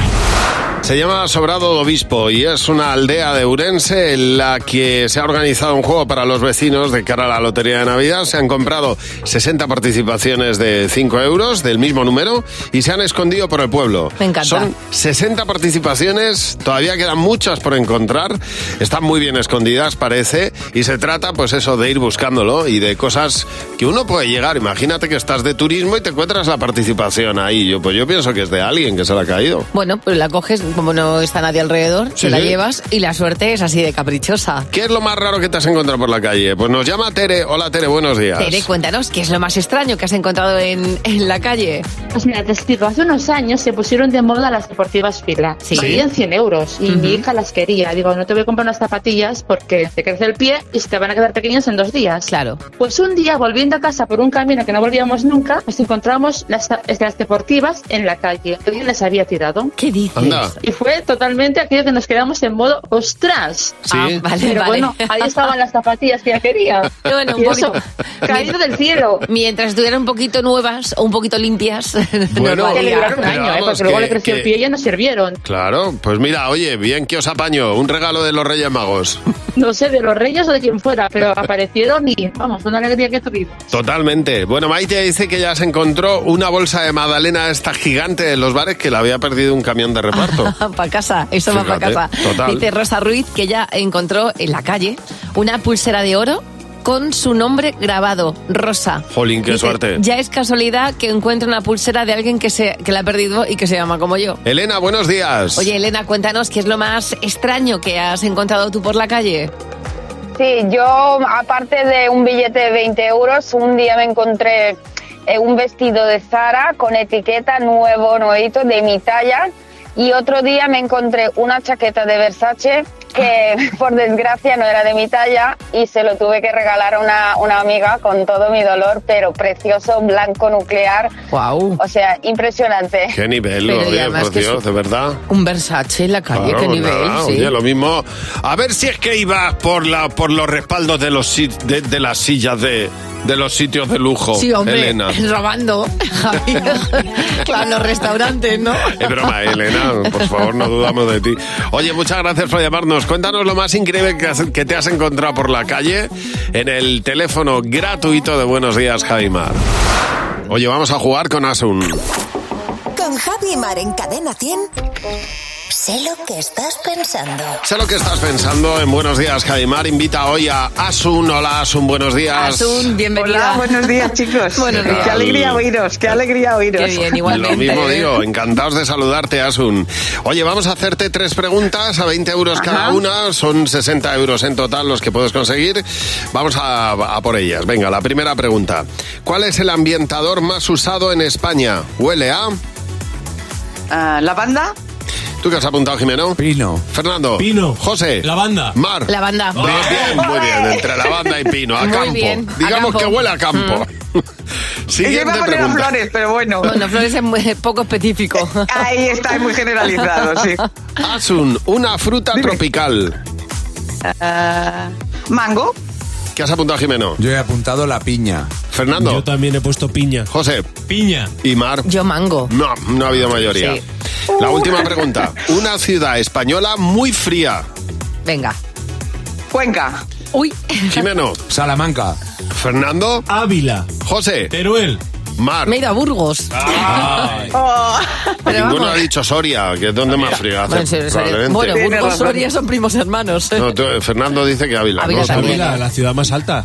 S3: Se llama Sobrado de Obispo y es una aldea de Urense en la que se ha organizado un juego para los vecinos de cara a la Lotería de Navidad. Se han comprado 60 participaciones de 5 euros del mismo número y se han escondido por el pueblo.
S4: Me encanta.
S3: Son 60 participaciones, todavía quedan muchas por encontrar, están muy bien escondidas parece, y se trata pues eso de ir buscándolo y de cosas que uno puede llegar. Imagínate que estás de turismo y te encuentras la participación ahí. Yo, pues yo pienso que es de alguien que se le ha caído.
S4: Bueno, pues la coges, como no está nadie alrededor,
S3: Sí,
S4: te la
S3: sí.
S4: llevas y la suerte es así de caprichosa.
S3: ¿Qué es lo más raro que te has encontrado por la calle? Pues nos llama Tere. Hola Tere, buenos días.
S4: Tere, cuéntanos, ¿qué es lo más extraño que has encontrado en, en la calle?
S24: Pues mira, te explico, hace unos años se pusieron de moda las deportivas fila.
S4: Sí.
S24: Valían 100 euros y
S4: Ujú.
S24: mi hija las quería. Digo, no te voy a comprar unas zapatillas porque te crece el pie y se te van a quedar pequeñas en dos días.
S4: Claro.
S24: Pues un día, volviendo a casa por un camino que no volvíamos nunca, nos encontramos las, las deportivas en la calle. Alguien las había tirado.
S4: ¿Qué dices?
S24: Y Y fue totalmente aquello que nos quedamos en modo, ostras.
S3: Sí. Ah, vale,
S24: Pero
S4: vale.
S24: bueno, ahí estaban las zapatillas que ya quería.
S4: Bueno, un
S24: Y eso,
S4: poquito.
S24: caído del cielo.
S4: Mientras estuvieran un poquito nuevas o un poquito limpias.
S3: Bueno,
S4: nos
S3: Que le
S4: valía.
S3: duraron un pero año, ¿eh? vamos, Porque luego que- le creció el que- pie
S24: y ya no sirvieron.
S3: Claro, pues mira, oye, bien que os apaño. Un regalo de los Reyes Magos.
S24: No sé, de los reyes o de quien fuera, pero aparecieron y, vamos, una alegría que tuvimos.
S3: Totalmente. Bueno, Maite dice que ya se encontró una bolsa de magdalena esta gigante en los bares que la había perdido un camión de reparto.
S4: para casa, eso va para
S3: Fíjate,
S4: casa.
S3: total.
S4: Dice Rosa Ruiz que ella encontró en la calle una pulsera de oro con su nombre grabado, Rosa.
S3: Jolín, qué
S4: Dice,
S3: suerte.
S4: Ya es casualidad que encuentre una pulsera de alguien que, se, que la ha perdido y que se llama como yo.
S3: Elena, buenos días.
S4: Oye, Elena, cuéntanos qué es lo más extraño que has encontrado tú por la calle.
S1: Sí, yo aparte de un billete de 20 euros, un día me encontré eh, un vestido de Zara con etiqueta nuevo, nuevito, de mi talla. Y otro día me encontré una chaqueta de Versace que por desgracia no era de mi talla y se lo tuve que regalar a una, una amiga con todo mi dolor, pero precioso, blanco nuclear.
S4: Guau.
S1: O sea, impresionante.
S3: Qué nivel,
S4: Pero y
S3: oye,
S4: además
S3: por
S4: que
S3: Dios,
S4: es-
S3: de verdad.
S4: Un Versace en la calle,
S3: Claro,
S4: qué
S3: pues
S4: nivel,
S3: nada,
S4: sí.
S3: oye, lo mismo. A ver si es que ibas por la por los respaldos de los sit- de, de las sillas de, de los sitios de lujo,
S4: Sí, hombre,
S3: Elena.
S4: robando, Javi. claro, en los restaurantes, ¿no?
S3: Es broma, ¿eh, Elena, por favor, no dudamos de ti. Oye, muchas gracias por llamarnos. Cuéntanos lo más increíble que, has- que te has encontrado por la calle en el teléfono gratuito de Buenos Días, Jaimar. Oye, vamos a jugar con Asun.
S5: Con Javi y Mar en Cadena 100. Sé lo que estás pensando.
S3: Sé lo que estás pensando en Buenos Días, Jaimar. Invita hoy a Asun. Hola, Asun, buenos días.
S4: Asun, bienvenida.
S7: Hola, buenos días, chicos.
S4: Buenos
S3: días.
S7: Qué alegría oíros, qué alegría oíros.
S4: Qué bien,
S3: Lo mismo digo, encantados de saludarte, Asun. Oye, vamos a hacerte tres preguntas a 20 euros cada una, son 60 euros en total los que puedes conseguir. Vamos a, a por ellas. Venga, la primera pregunta. ¿Cuál es el ambientador más usado en España? ¿Huele a?
S7: Ah, ¿La banda?
S3: ¿Tú qué has apuntado, Jimeno? Pino. Fernando. Pino. José. La banda. Mar.
S4: La banda.
S3: Bien, muy bien, entre la banda y Pino, a
S4: Muy
S3: campo.
S4: bien, a
S3: Digamos
S4: campo. Mm.
S3: que huele a campo.
S7: Yo iba
S3: Siguiente
S7: a poner a
S3: pregunta.
S7: flores, pero bueno.
S4: Bueno, Flores es muy- poco específico.
S7: Ahí está, es muy generalizado, sí.
S3: Asun, una fruta tropical.
S7: Ah, ¿Mango?
S3: ¿Qué has apuntado, Jimeno?
S22: Yo he apuntado la piña.
S3: Fernando.
S22: Yo
S23: también he puesto piña.
S3: José.
S22: Piña.
S3: Y Mar.
S4: Yo mango.
S3: No, no ha habido mayoría.
S4: Sí. Uh.
S3: La última pregunta. Una ciudad española muy fría.
S4: Venga.
S7: Cuenca.
S4: Uy.
S3: Jimeno.
S22: Salamanca.
S3: Fernando.
S22: Ávila.
S3: José.
S22: Teruel.
S3: Mar.
S4: Me he ido a Burgos.
S7: Oh,
S4: Pero
S3: Ninguno
S4: vamos.
S3: ha dicho Soria, que es donde más fría hace,
S4: Bueno, en serio, en serio.
S3: probablemente.
S4: Bueno, Burgos y Soria son primos hermanos.
S3: No, tú, eh, Fernando dice que Ávila.
S4: Ávila
S3: ¿no?
S4: también. Ávila,
S23: La ciudad más alta.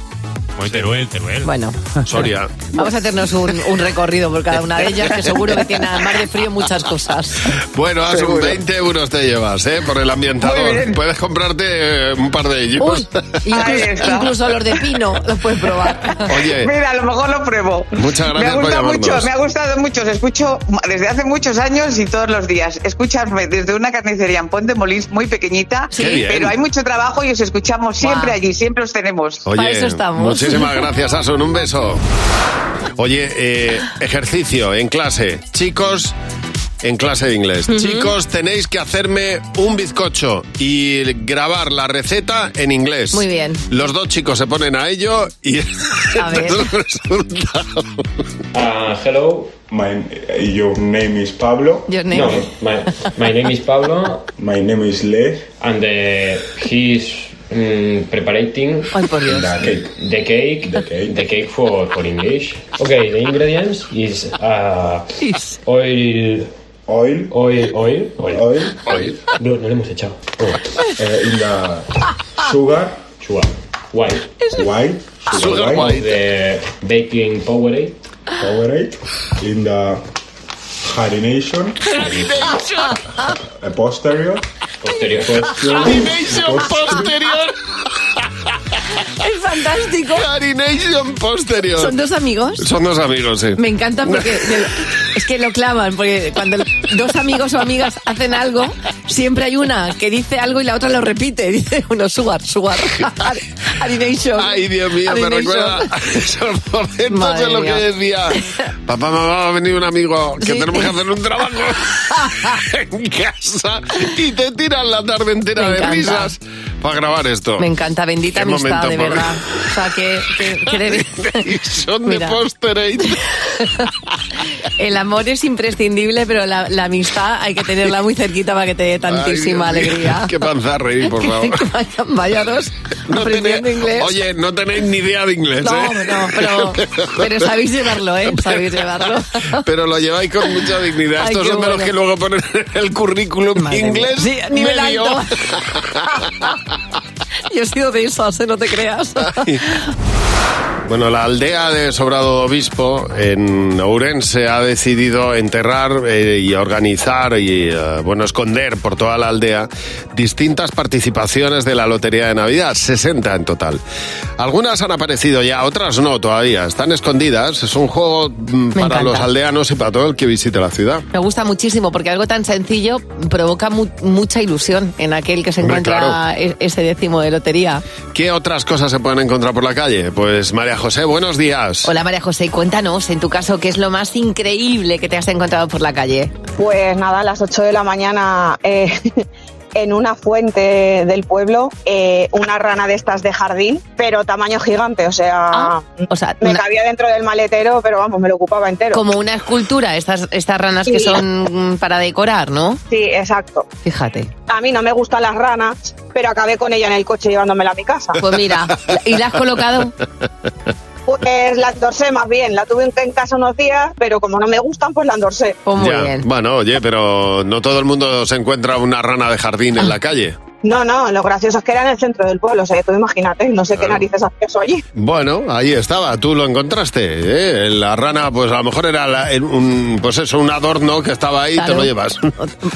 S23: Teruel, Teruel.
S4: Bueno.
S3: Soria.
S4: Vamos a hacernos un, un recorrido por cada una de ellas, que seguro que tiene además de frío muchas cosas.
S3: Bueno, haz un
S4: Seguro.
S3: 20 euros te llevas, ¿eh? Por el
S4: Muy
S3: ambientador.
S4: bien.
S3: Puedes comprarte eh, un par de ellos.
S4: Uy, incluso,
S7: está.
S4: incluso los de pino los puedes probar.
S3: Oye.
S7: Mira, a lo mejor lo pruebo.
S3: Muchas
S7: Me
S3: gracias
S7: ha
S3: por
S7: gustado mucho,
S3: llamarnos.
S7: me ha gustado mucho. Os escucho desde hace muchos años y todos los días. Escuchadme desde una carnicería en Pont de Molins muy pequeñita,
S3: Qué bien.
S7: pero hay mucho trabajo y os escuchamos siempre allí, siempre os tenemos.
S3: Oye, muchísimas gracias, Asun. Un beso. Oye, eh, ejercicio en clase. Chicos, en clase de inglés.
S8: Ujú.
S3: Chicos, tenéis que hacerme un bizcocho y grabar la receta en inglés.
S4: Muy bien.
S3: Los dos chicos se ponen a ello y...
S4: A ver.
S8: Uh, hello, my your name is Pablo.
S4: Your name.
S8: No, my, my name is Pablo. My name is Le. And uh, he's mm, preparing
S4: Ay, por Dios.
S8: the cake. The cake. The cake. for, for English. Okay, the ingredients is uh, oil. Oil. Oil. Oil. Oil. Oil. No, no le hemos echado. in the sugar. Sugar. White. White.
S3: Sugar white.
S8: The baking Powerade. Powerade. In the harination. posterior. Posterior.
S3: Animation posterior.
S4: Es fantástico.
S3: Animation posterior.
S4: Son dos amigos.
S3: Son dos amigos, sí.
S4: Me encanta porque es que lo claman, porque cuando dos amigos o amigas hacen algo, siempre hay una que dice algo y la otra lo repite. Dice uno, sugar, sugar, Adination.
S3: Ay, Dios mío, me
S4: Adination.
S3: recuerda a esos momentos
S4: Madre
S3: en los que
S4: mía.
S3: decía, papá, mamá, va a venir un amigo que tenemos que hacer un trabajo en casa y te tiran la tarde entera
S4: Me
S3: de
S4: encanta.
S3: risas para grabar esto.
S4: Me encanta, bendita
S3: Qué
S4: amistad,
S3: momento
S4: de
S3: más-
S4: verdad. O sea, que, que- que de-
S3: Son de
S4: Mira.
S3: Posterate.
S4: el amor es imprescindible, pero la, la amistad hay que tenerla muy cerquita para que te dé tantísima
S3: Ay, Dios mío,
S4: alegría.
S3: Qué panza reír, por favor.
S4: Vaya, vaya dos aprendiendo inglés.
S3: Oye, no tenéis ni idea de inglés,
S4: No,
S3: ¿eh?
S4: no, pero, pero sabéis llevarlo, ¿eh? Sabéis llevarlo.
S3: Pero lo lleváis con mucha dignidad.
S4: Ay,
S3: Estos
S4: qué
S3: son de los
S4: bueno.
S3: que luego ponen en el currículum
S4: Madre mía.
S3: inglés
S4: Sí, a nivel
S3: medio.
S4: alto. Yo he sido de esas, ¿eh? no te creas.
S3: Bueno, la aldea de Sobrado Obispo en Ourense ha decidido enterrar eh, y organizar y eh, bueno, esconder por toda la aldea distintas participaciones de la lotería de Navidad, 60 en total. Algunas han aparecido ya, otras no todavía, están escondidas. Es un juego mm, para
S4: encanta.
S3: los aldeanos y para todo el que visite la ciudad.
S4: Me gusta muchísimo porque algo tan sencillo provoca mu- mucha ilusión en aquel que se
S3: Hombre,
S4: encuentra
S3: claro.
S4: e- ese décimo de lotería.
S3: ¿Qué otras cosas se pueden encontrar por la calle? Pues María José, buenos días.
S4: Hola María José, cuéntanos en tu caso qué es lo más increíble que te has encontrado por la calle.
S9: Pues nada, a las 8 de la mañana eh, en una fuente del pueblo, eh, una rana de estas de jardín, pero tamaño gigante, o sea,
S4: O sea,
S9: me
S4: Ah. una-
S9: cabía dentro del maletero, pero vamos, me lo ocupaba entero.
S4: como una escultura, estas, estas ranas que
S9: Sí.
S4: son mm, para decorar, ¿no?
S9: Sí, exacto.
S4: Fíjate.
S9: A mí no me gustan las ranas, pero acabé con ella en el coche llevándomela a mi casa.
S4: Pues mira, ¿y la has colocado?
S9: Pues la endorsé más bien, la tuve en casa unos días, pero como no me gustan, pues la endorsé.
S3: Ya. Bueno, oye, pero no todo el mundo se encuentra una rana de jardín
S4: Ah.
S3: en la calle.
S9: No, no, lo gracioso es que era en el centro del pueblo, o sea, que tú imagínate, no sé qué narices hacía eso allí.
S3: Bueno, ahí estaba, tú lo encontraste. ¿eh? La rana, pues a lo mejor era la- el- un, pues eso, un adorno que estaba ahí y te
S4: Claro.
S3: lo llevas.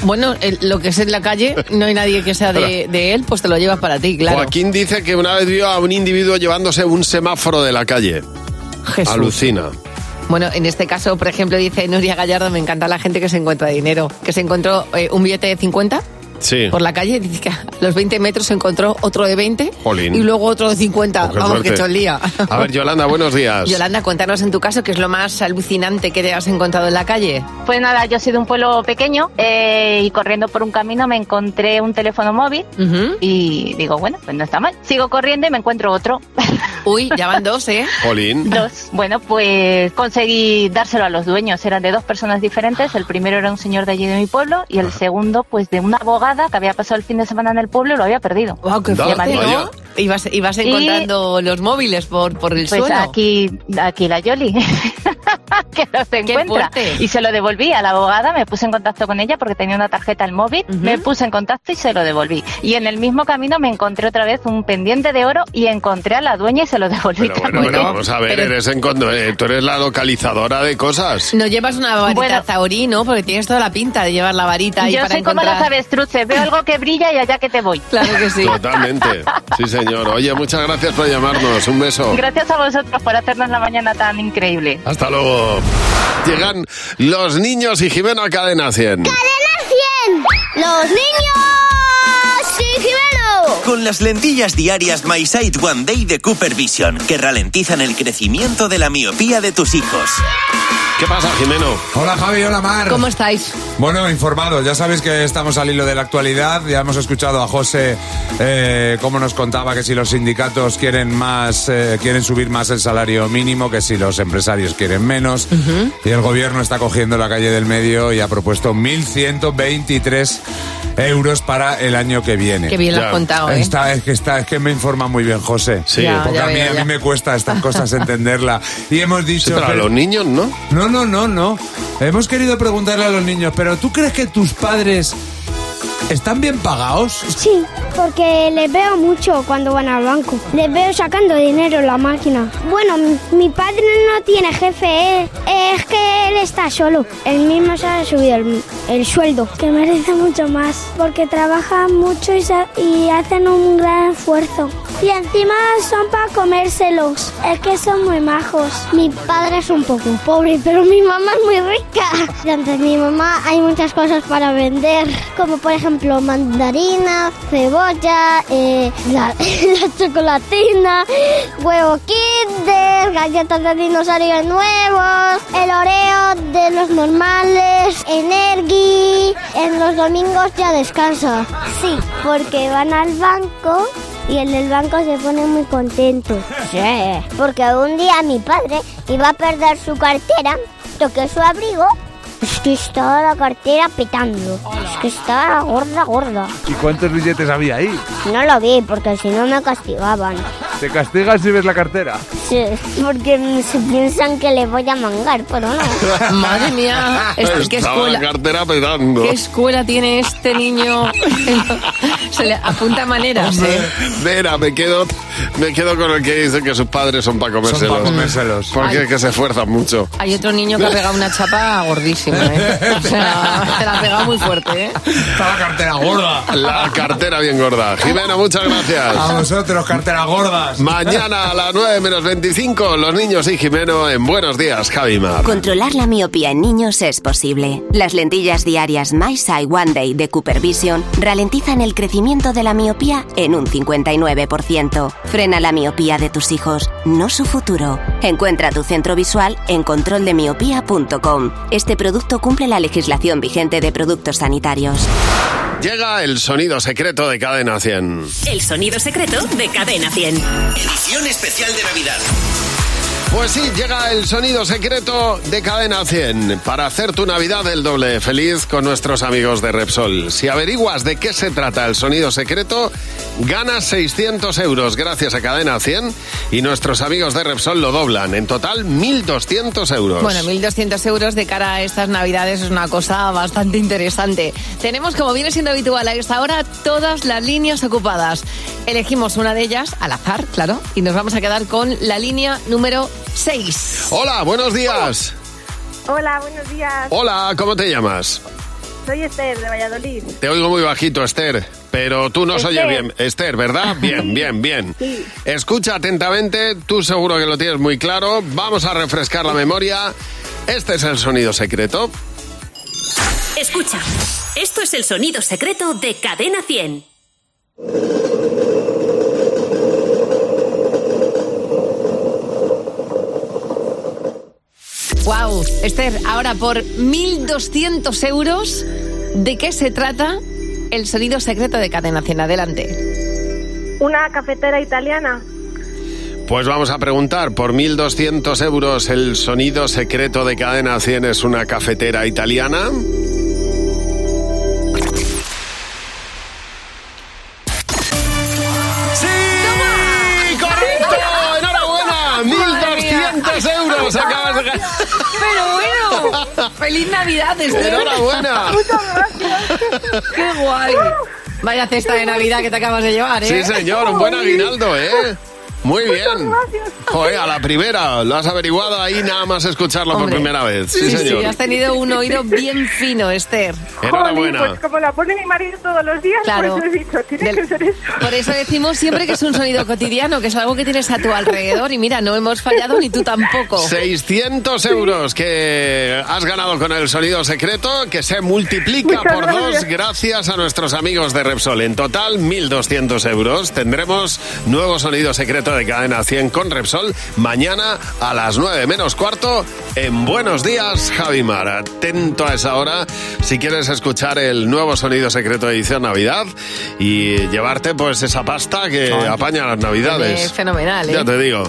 S4: Bueno, el- lo que es en la calle, no hay nadie que sea de, de él, pues te lo llevas para ti, claro.
S3: Joaquín dice que una vez vio a un individuo llevándose un semáforo de la calle.
S4: Jesús.
S3: Alucina.
S4: Bueno, en este caso, por ejemplo, dice Nuria Gallardo, me encanta la gente que se encuentra dinero, que se encontró eh, un billete de 50
S3: Sí.
S4: por la calle, dice que a los 20 metros se encontró otro de 20
S3: Jolín.
S4: y luego otro de 50.
S3: Oh, qué
S4: Vamos,
S3: suerte.
S4: que cholía.
S3: A ver, Yolanda, buenos días.
S4: Yolanda, cuéntanos en tu caso qué es lo más alucinante que te has encontrado en la calle.
S20: Pues nada, yo soy de un pueblo pequeño eh, y corriendo por un camino me encontré un teléfono móvil y digo, bueno, pues no está mal. Sigo corriendo y me encuentro otro.
S4: Uy, ya van dos, ¿eh?
S3: Jolín.
S20: Dos. Bueno, pues conseguí dárselo a los dueños. Eran de dos personas diferentes. El primero era un señor de allí de mi pueblo y el segundo, pues de una abogada que había pasado el fin de semana en el pueblo y lo había perdido.
S4: ¡Wow, qué
S20: Oh, fuerte!
S4: ¿No? Ibas, ibas
S20: Y-
S4: encontrando los móviles por, por el
S20: Pues
S4: suelo.
S20: aquí, aquí la Yoli, que los encuentra.
S4: fuerte.
S20: Y se lo devolví a la abogada, me puse en contacto con ella porque tenía una tarjeta al móvil, me puse en contacto y se lo devolví. Y en el mismo camino me encontré otra vez un pendiente de oro y encontré a la dueña y se lo devolví.
S3: Pero bueno,
S20: también.
S3: pero vamos a ver,
S20: Pero-
S3: eres en, condo- eh, tú eres la localizadora de cosas.
S4: No llevas una varita taurí, ¿no? Porque tienes toda la pinta de llevar la varita ahí
S20: Yo
S4: para
S20: soy como
S4: encontrar-
S20: las avestruces, veo algo que brilla y allá que te voy.
S4: Claro que sí.
S3: Totalmente. Sí, señor. Oye, muchas gracias por llamarnos. Un beso.
S20: Gracias a vosotros por hacernos la mañana tan increíble.
S3: Hasta luego. Llegan los niños y Jimena Cadena 100.
S11: ¡Los niños! ¡Sí, Jimeno!
S12: Con las lentillas diarias My Sight One Day de Cooper Vision, que ralentizan el crecimiento de la miopía de tus hijos.
S3: ¿Qué pasa, Jimeno?
S22: Hola Javi, hola Mar.
S4: ¿Cómo estáis?
S22: Bueno, informados, ya sabéis que estamos al hilo de la actualidad, ya hemos escuchado a José eh, cómo nos contaba que si los sindicatos quieren más, eh, quieren subir más el salario mínimo, que si los empresarios quieren menos, y el gobierno está cogiendo la calle del medio y ha propuesto 1.123 euros para el año que viene.
S4: Qué bien lo has
S22: Ya.
S4: contado, ¿eh?
S22: Está, es, que está, es que me informa muy bien José,
S4: Sí. Ya,
S22: porque
S4: ya
S22: a, mí,
S4: veo,
S22: a mí
S4: ya.
S22: me cuesta estas cosas entenderla. Y hemos dicho...
S3: pero a los niños, ¿no?
S22: No, no, no, no. Hemos querido preguntarle a los niños, pero ¿tú crees que tus padres están bien pagados?
S13: Sí, porque les veo mucho cuando van al banco. Les veo sacando dinero en la máquina. Bueno, mi, mi padre no tiene jefe, eh. es que él está solo. Él mismo se ha subido el, el sueldo. Que merece mucho más, porque trabajan mucho y, se- y hacen un gran esfuerzo. Y encima son para comérselos. Es que son muy majos. Mi padre es un poco pobre, pero mi mamá es muy rica. Entonces mi mamá hay muchas cosas para vender, como por ejemplo mandarina, cebolla, eh, la, la chocolatina, huevo kinder, galletas de dinosaurios nuevos, el oreo de los normales, energy. En los domingos ya descansa. Sí, porque van al banco y el del banco se pone muy contento. Sí, porque un día mi padre iba a perder su cartera, toqué su abrigo, es que estaba la cartera petando, es que estaba gorda, gorda.
S22: ¿Y cuántos billetes había ahí?
S13: No lo vi porque si no me castigaban.
S22: ¿Te castigas si ves la cartera?
S13: Sí, porque se piensan que le voy a mangar, pero no.
S4: Madre mía, es- ¿qué
S3: Estaba la
S4: escuela?
S3: cartera petando.
S4: ¿Qué escuela tiene este niño? Se le apunta maneras, ¿eh?
S3: Vera, me quedo, me quedo con el que dice que sus padres son para comérselos.
S22: pa' comérselos.
S3: Porque
S4: Ay.
S3: es que se esfuerzan mucho.
S4: Hay otro niño que ha pegado una chapa gordísima, ¿eh? O sea, se la ha pegado muy fuerte, ¿eh?
S22: Está la cartera gorda. Ah,
S3: La cartera bien gorda. Jimena, muchas gracias.
S22: A vosotros, carteras gordas.
S3: Mañana a las 9 menos 25, los niños y Jimeno en Buenos Días, Javi Mar.
S10: Controlar la miopía en niños es posible. Las lentillas diarias My Sight One Day de Cooper Vision ralentizan el crecimiento de la miopía en un 59%. Frena la miopía de tus hijos, no su futuro. Encuentra tu centro visual en controldemiopía.com. Este producto cumple la legislación vigente de productos sanitarios.
S3: Llega el sonido secreto de Cadena 100.
S10: El sonido secreto de Cadena 100.
S12: Edición especial de Navidad.
S3: Pues sí, llega el sonido secreto de Cadena 100 para hacer tu Navidad el doble de feliz con nuestros amigos de Repsol. Si averiguas de qué se trata el sonido secreto, ganas 600 euros gracias a Cadena 100 y nuestros amigos de Repsol lo doblan. En total, 1.200 euros.
S4: Bueno, 1.200 euros de cara a estas navidades es una cosa bastante interesante. Tenemos, como viene siendo habitual a esta hora, todas las líneas ocupadas. Elegimos una de ellas, al azar, claro, y nos vamos a quedar con la línea número 6.
S3: Hola, buenos días.
S14: Hola, buenos días.
S3: Hola, ¿cómo te llamas?
S14: Soy Esther de Valladolid.
S3: Te oigo muy bajito, Esther, pero tú nos oyes
S14: Esther.
S3: bien. Esther, ¿verdad? Bien, bien, bien.
S14: Sí.
S3: Escucha atentamente, tú seguro que lo tienes muy claro. Vamos a refrescar la memoria. Este es el sonido secreto.
S10: Escucha, esto es el sonido secreto de Cadena 100.
S4: Wow, Esther, ahora por 1.200 euros, ¿de qué se trata el sonido secreto de Cadena 100? Adelante.
S14: Una cafetera italiana.
S3: Pues vamos a preguntar, por 1.200 euros el sonido secreto de Cadena 100 es una cafetera italiana. ¡Sí! ¡Correcto! ¡Enhorabuena! ¡1.200 euros! Acabas de ganar.
S4: Pero bueno, feliz Navidad, Esther.
S3: Enhorabuena.
S4: Qué guay. Vaya cesta de Navidad que te acabas de llevar, ¿eh?
S3: Sí, señor, un buen aguinaldo, ¿eh? Muy bien. Joder, a la primera, lo has averiguado ahí nada más escucharlo por primera vez. Sí, señor.
S4: has tenido un oído bien fino, Esther.
S3: Enhorabuena.
S14: Pues como la pone mi marido todos los días,
S4: Claro.
S14: por eso he dicho, tiene que ser eso.
S4: Por eso decimos siempre que es un sonido cotidiano, que es algo que tienes a tu alrededor. Y mira, no hemos fallado ni tú tampoco.
S3: 600 euros que has ganado con el sonido secreto, que se multiplica
S4: Muchas
S3: por dos
S4: gracias.
S3: gracias a nuestros amigos de Repsol. En total, 1.200 euros. Tendremos nuevo sonido secreto de cadena 100 con Repsol mañana a las 9 menos cuarto en Buenos Días, Javimar. Atento a esa hora si quieres escuchar el nuevo sonido secreto de edición Navidad y llevarte pues esa pasta que apaña las Navidades.
S4: Es fenomenal, ¿eh?
S3: Ya te digo.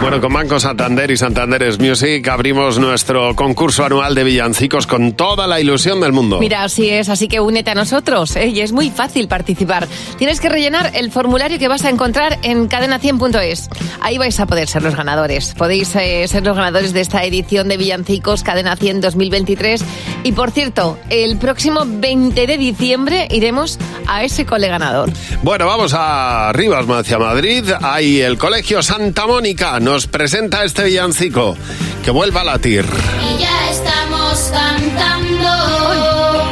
S3: Bueno, con Banco Santander y Santanderes Music abrimos nuestro concurso anual de villancicos con toda la ilusión del mundo.
S4: Mira, así es, así que únete a nosotros ¿eh? y es muy fácil participar. Tienes que rellenar el formulario que vas a encontrar en cadena100.es. Ahí vais a poder ser los ganadores. Podéis eh, ser los ganadores de esta edición de Villancicos Cadena 100 2023. Y por cierto, el próximo 20 de diciembre iremos a ese cole ganador.
S3: Bueno, vamos a Rivas, hacia Madrid. Ahí el Colegio Santa Mónica nos presenta este villancico. Que vuelva a latir.
S15: Y ya estamos cantando.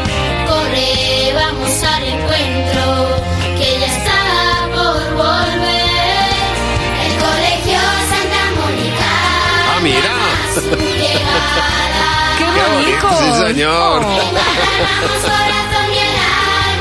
S15: Corre, vamos al encuentro, que ya está por volver.
S3: Ah,
S4: hijos.
S3: Sí, señor.
S1: corazón y el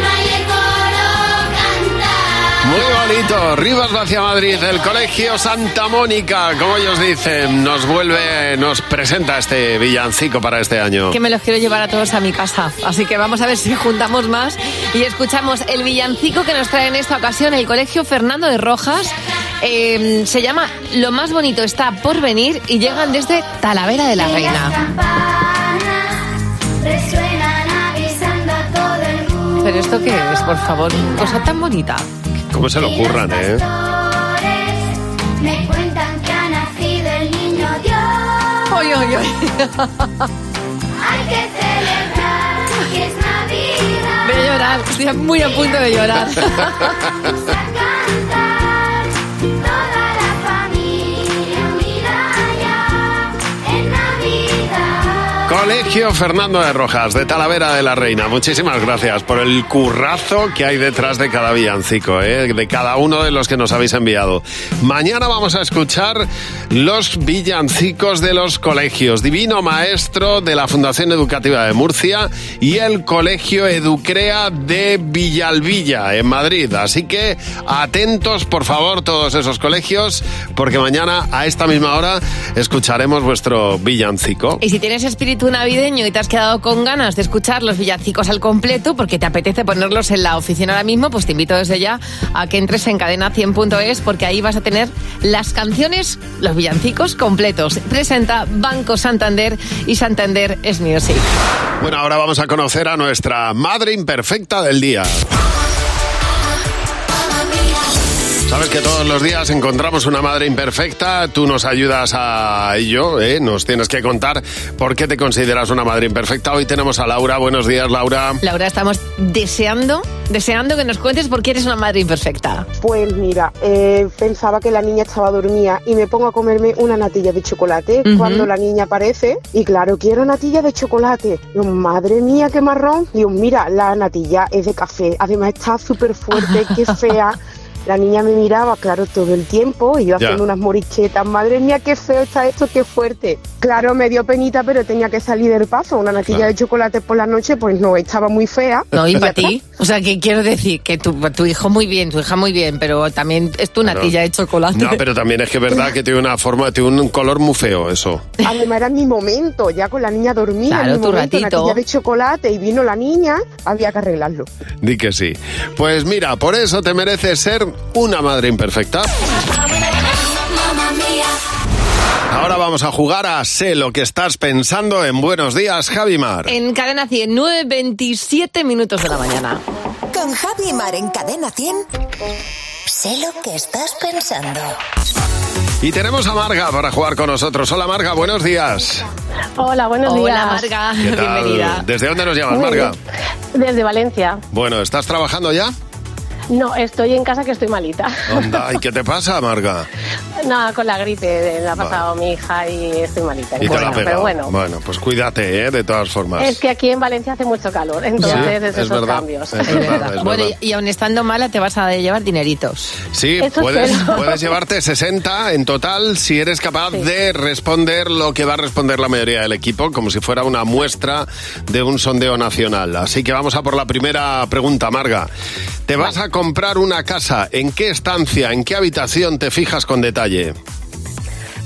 S1: alma y el coro canta.
S3: Muy bonito. Rivas hacia Madrid, el Colegio Santa Mónica, como ellos dicen, nos vuelve, nos presenta este villancico para este año.
S4: Que me los quiero llevar a todos a mi casa. Así que vamos a ver si juntamos más y escuchamos el villancico que nos trae en esta ocasión el Colegio Fernando de Rojas. Eh, se llama Lo más bonito está por venir y llegan desde Talavera de la Reina.
S1: Campanas resuenan avisando a todo el mundo.
S4: ¿Pero esto qué es, por favor? Cosa tan bonita.
S3: ¿Cómo se lo ocurran, eh?
S1: Flores me cuentan que ha nacido el niño Dios.
S4: Oy, oy, oy.
S1: Hay que celebrar que es Navidad.
S4: Voy a llorar, estoy muy a punto de llorar.
S1: Toda la familia unida ya en Navidad.
S3: Colegio Fernando de Rojas, de Talavera de la Reina. Muchísimas gracias por el currazo que hay detrás de cada villancico, ¿eh? de cada uno de los que nos habéis enviado. Mañana vamos a escuchar los villancicos de los colegios. Divino Maestro de la Fundación Educativa de Murcia y el Colegio Educrea de Villalvilla, en Madrid. Así que atentos, por favor, todos esos colegios, porque mañana a esta misma hora escucharemos vuestro villancico.
S4: Y si tienes espíritu navideño y te has quedado con ganas de escuchar los villancicos al completo porque te apetece ponerlos en la oficina ahora mismo, pues te invito desde ya a que entres en cadena100.es porque ahí vas a tener las canciones, los villancicos completos. Presenta Banco Santander y Santander es Music.
S3: Bueno, ahora vamos a conocer a nuestra madre imperfecta del día. Sabes que todos los días encontramos una madre imperfecta, tú nos ayudas a ello, ¿eh? nos tienes que contar por qué te consideras una madre imperfecta. Hoy tenemos a Laura, buenos días Laura.
S4: Laura, estamos deseando, deseando que nos cuentes por qué eres una madre imperfecta.
S18: Pues mira, eh, pensaba que la niña estaba dormida y me pongo a comerme una natilla de chocolate
S4: Ujú.
S18: cuando la niña aparece y claro, quiero natilla de chocolate. Digo, madre mía, qué marrón. Digo, mira, la natilla es de café, además está súper fuerte, qué fea. La niña me miraba, claro, todo el tiempo y yo
S9: Ya.
S18: haciendo unas morisquetas. Madre mía, qué feo está esto, qué fuerte. Claro, me dio penita, pero tenía que salir del paso. Una natilla
S4: Claro.
S18: de chocolate por la noche, pues no, estaba muy fea.
S4: No, y
S18: Ya
S4: para
S18: está.
S4: ti. O sea, que quiero decir que tu, tu hijo muy bien, tu hija muy bien, pero también es tu natilla de chocolate.
S3: No, pero también es que es verdad que tiene una forma, tiene un color muy feo eso.
S18: Además Ah, era mi momento, ya con la niña dormida,
S3: Claro,
S18: mi
S3: tu
S18: momento,
S3: ratito.
S18: natilla de chocolate y vino la niña, había que arreglarlo.
S3: Di que sí. Pues mira, por eso te mereces ser una madre imperfecta.
S1: Mamma mía.
S3: Ahora vamos a jugar a Sé lo que estás pensando en Buenos Días, Javimar.
S4: En cadena 100, 9.27 minutos de la mañana.
S25: Con Javi Mar en Cadena 100. Sé lo que estás pensando.
S3: Y tenemos a Marga para jugar con nosotros. Hola Marga, buenos días.
S16: Hola, buenos
S4: Hola,
S16: días.
S4: Marga.
S3: ¿Qué tal? ¿Desde dónde nos llamas,
S16: Muy
S3: Marga?
S16: bien. Desde Valencia.
S3: Bueno, ¿estás trabajando ya?
S16: No, estoy en casa que estoy malita.
S3: Onda, ¿Y qué te pasa, Marga?
S16: Nada, con la gripe eh, la ha pasado mi hija y estoy malita.
S3: Y te la
S16: Bueno,
S3: pega.
S16: pero bueno,
S3: pues cuídate, ¿eh? de todas formas.
S16: es que aquí en Valencia hace mucho calor,
S3: Sí,
S16: entonces es
S3: es
S16: esos
S3: verdad,
S16: cambios.
S3: es verdad, es
S4: Bueno,
S3: verdad.
S4: y, y aun estando mala te vas a llevar dineritos.
S3: Sí,
S4: Eso
S3: puedes,
S4: espero.
S3: puedes llevarte 60 en total si eres capaz de responder lo que va a responder la mayoría del equipo, como si fuera una muestra de un sondeo nacional. Así que vamos a por la primera pregunta, Marga. ¿Te vas a comprar una casa? ¿En qué estancia, en qué habitación te fijas con detalle?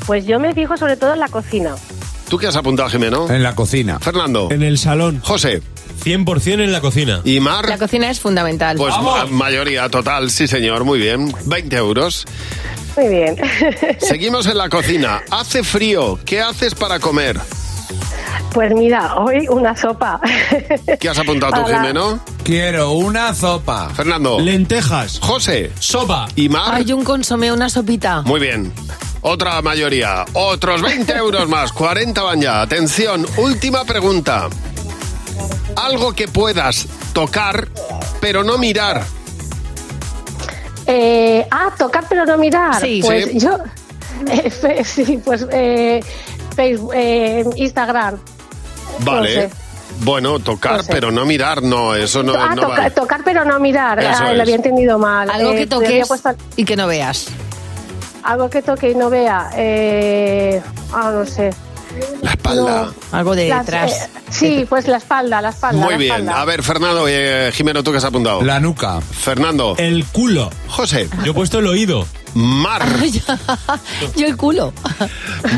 S16: Pues yo me fijo sobre todo en la cocina.
S3: ¿Tú qué has apuntado, Jimeno?
S26: En la cocina.
S3: Fernando.
S23: En el salón.
S3: José.
S23: 100% en la cocina.
S3: ¿Y Mar?
S4: La cocina es fundamental.
S3: Pues ma- mayoría total, sí señor, muy bien. 20 euros.
S16: Muy bien.
S3: Seguimos en la cocina. Hace frío. ¿Qué haces para comer?
S16: Pues mira, hoy una sopa.
S3: ¿Qué has apuntado tú,
S16: Hola.
S3: Jimeno?
S26: Quiero una sopa.
S3: Fernando.
S23: Lentejas.
S3: José.
S23: Sopa.
S3: ¿Y Mar?
S4: Hay un consomé, una sopita.
S3: Muy bien. Otra mayoría. Otros 20 euros más. 40 van ya. Atención. Última pregunta. Algo que puedas tocar, pero no mirar.
S16: Eh, ah, tocar pero no mirar.
S3: Sí.
S16: pues
S3: Sí.
S16: yo. eh, fe- sí, pues eh, Facebook, eh, Instagram.
S3: Vale.
S16: No sé.
S3: Bueno, tocar,
S16: No sé.
S3: pero no mirar. No, eso no,
S16: Ah,
S3: no
S16: toca-
S3: vale.
S16: tocar pero no mirar.
S3: Eso
S16: Ay,
S3: es.
S16: lo había entendido mal.
S4: Algo
S16: Eh,
S4: que
S16: le había
S4: toques
S16: puesto-
S4: y que no veas.
S16: algo que toque y no vea. Eh, ah, no sé.
S3: La espalda.
S4: Algo de
S16: Las-
S4: detrás.
S16: eh, sí, pues la espalda, la espalda.
S3: Muy
S16: la
S3: bien.
S16: espalda.
S3: A ver, Fernando, eh, Jimeno, tú que has apuntado. La nuca. Fernando.
S23: El culo.
S3: José.
S23: Yo he puesto el oído.
S3: Mar.
S4: Yo el culo.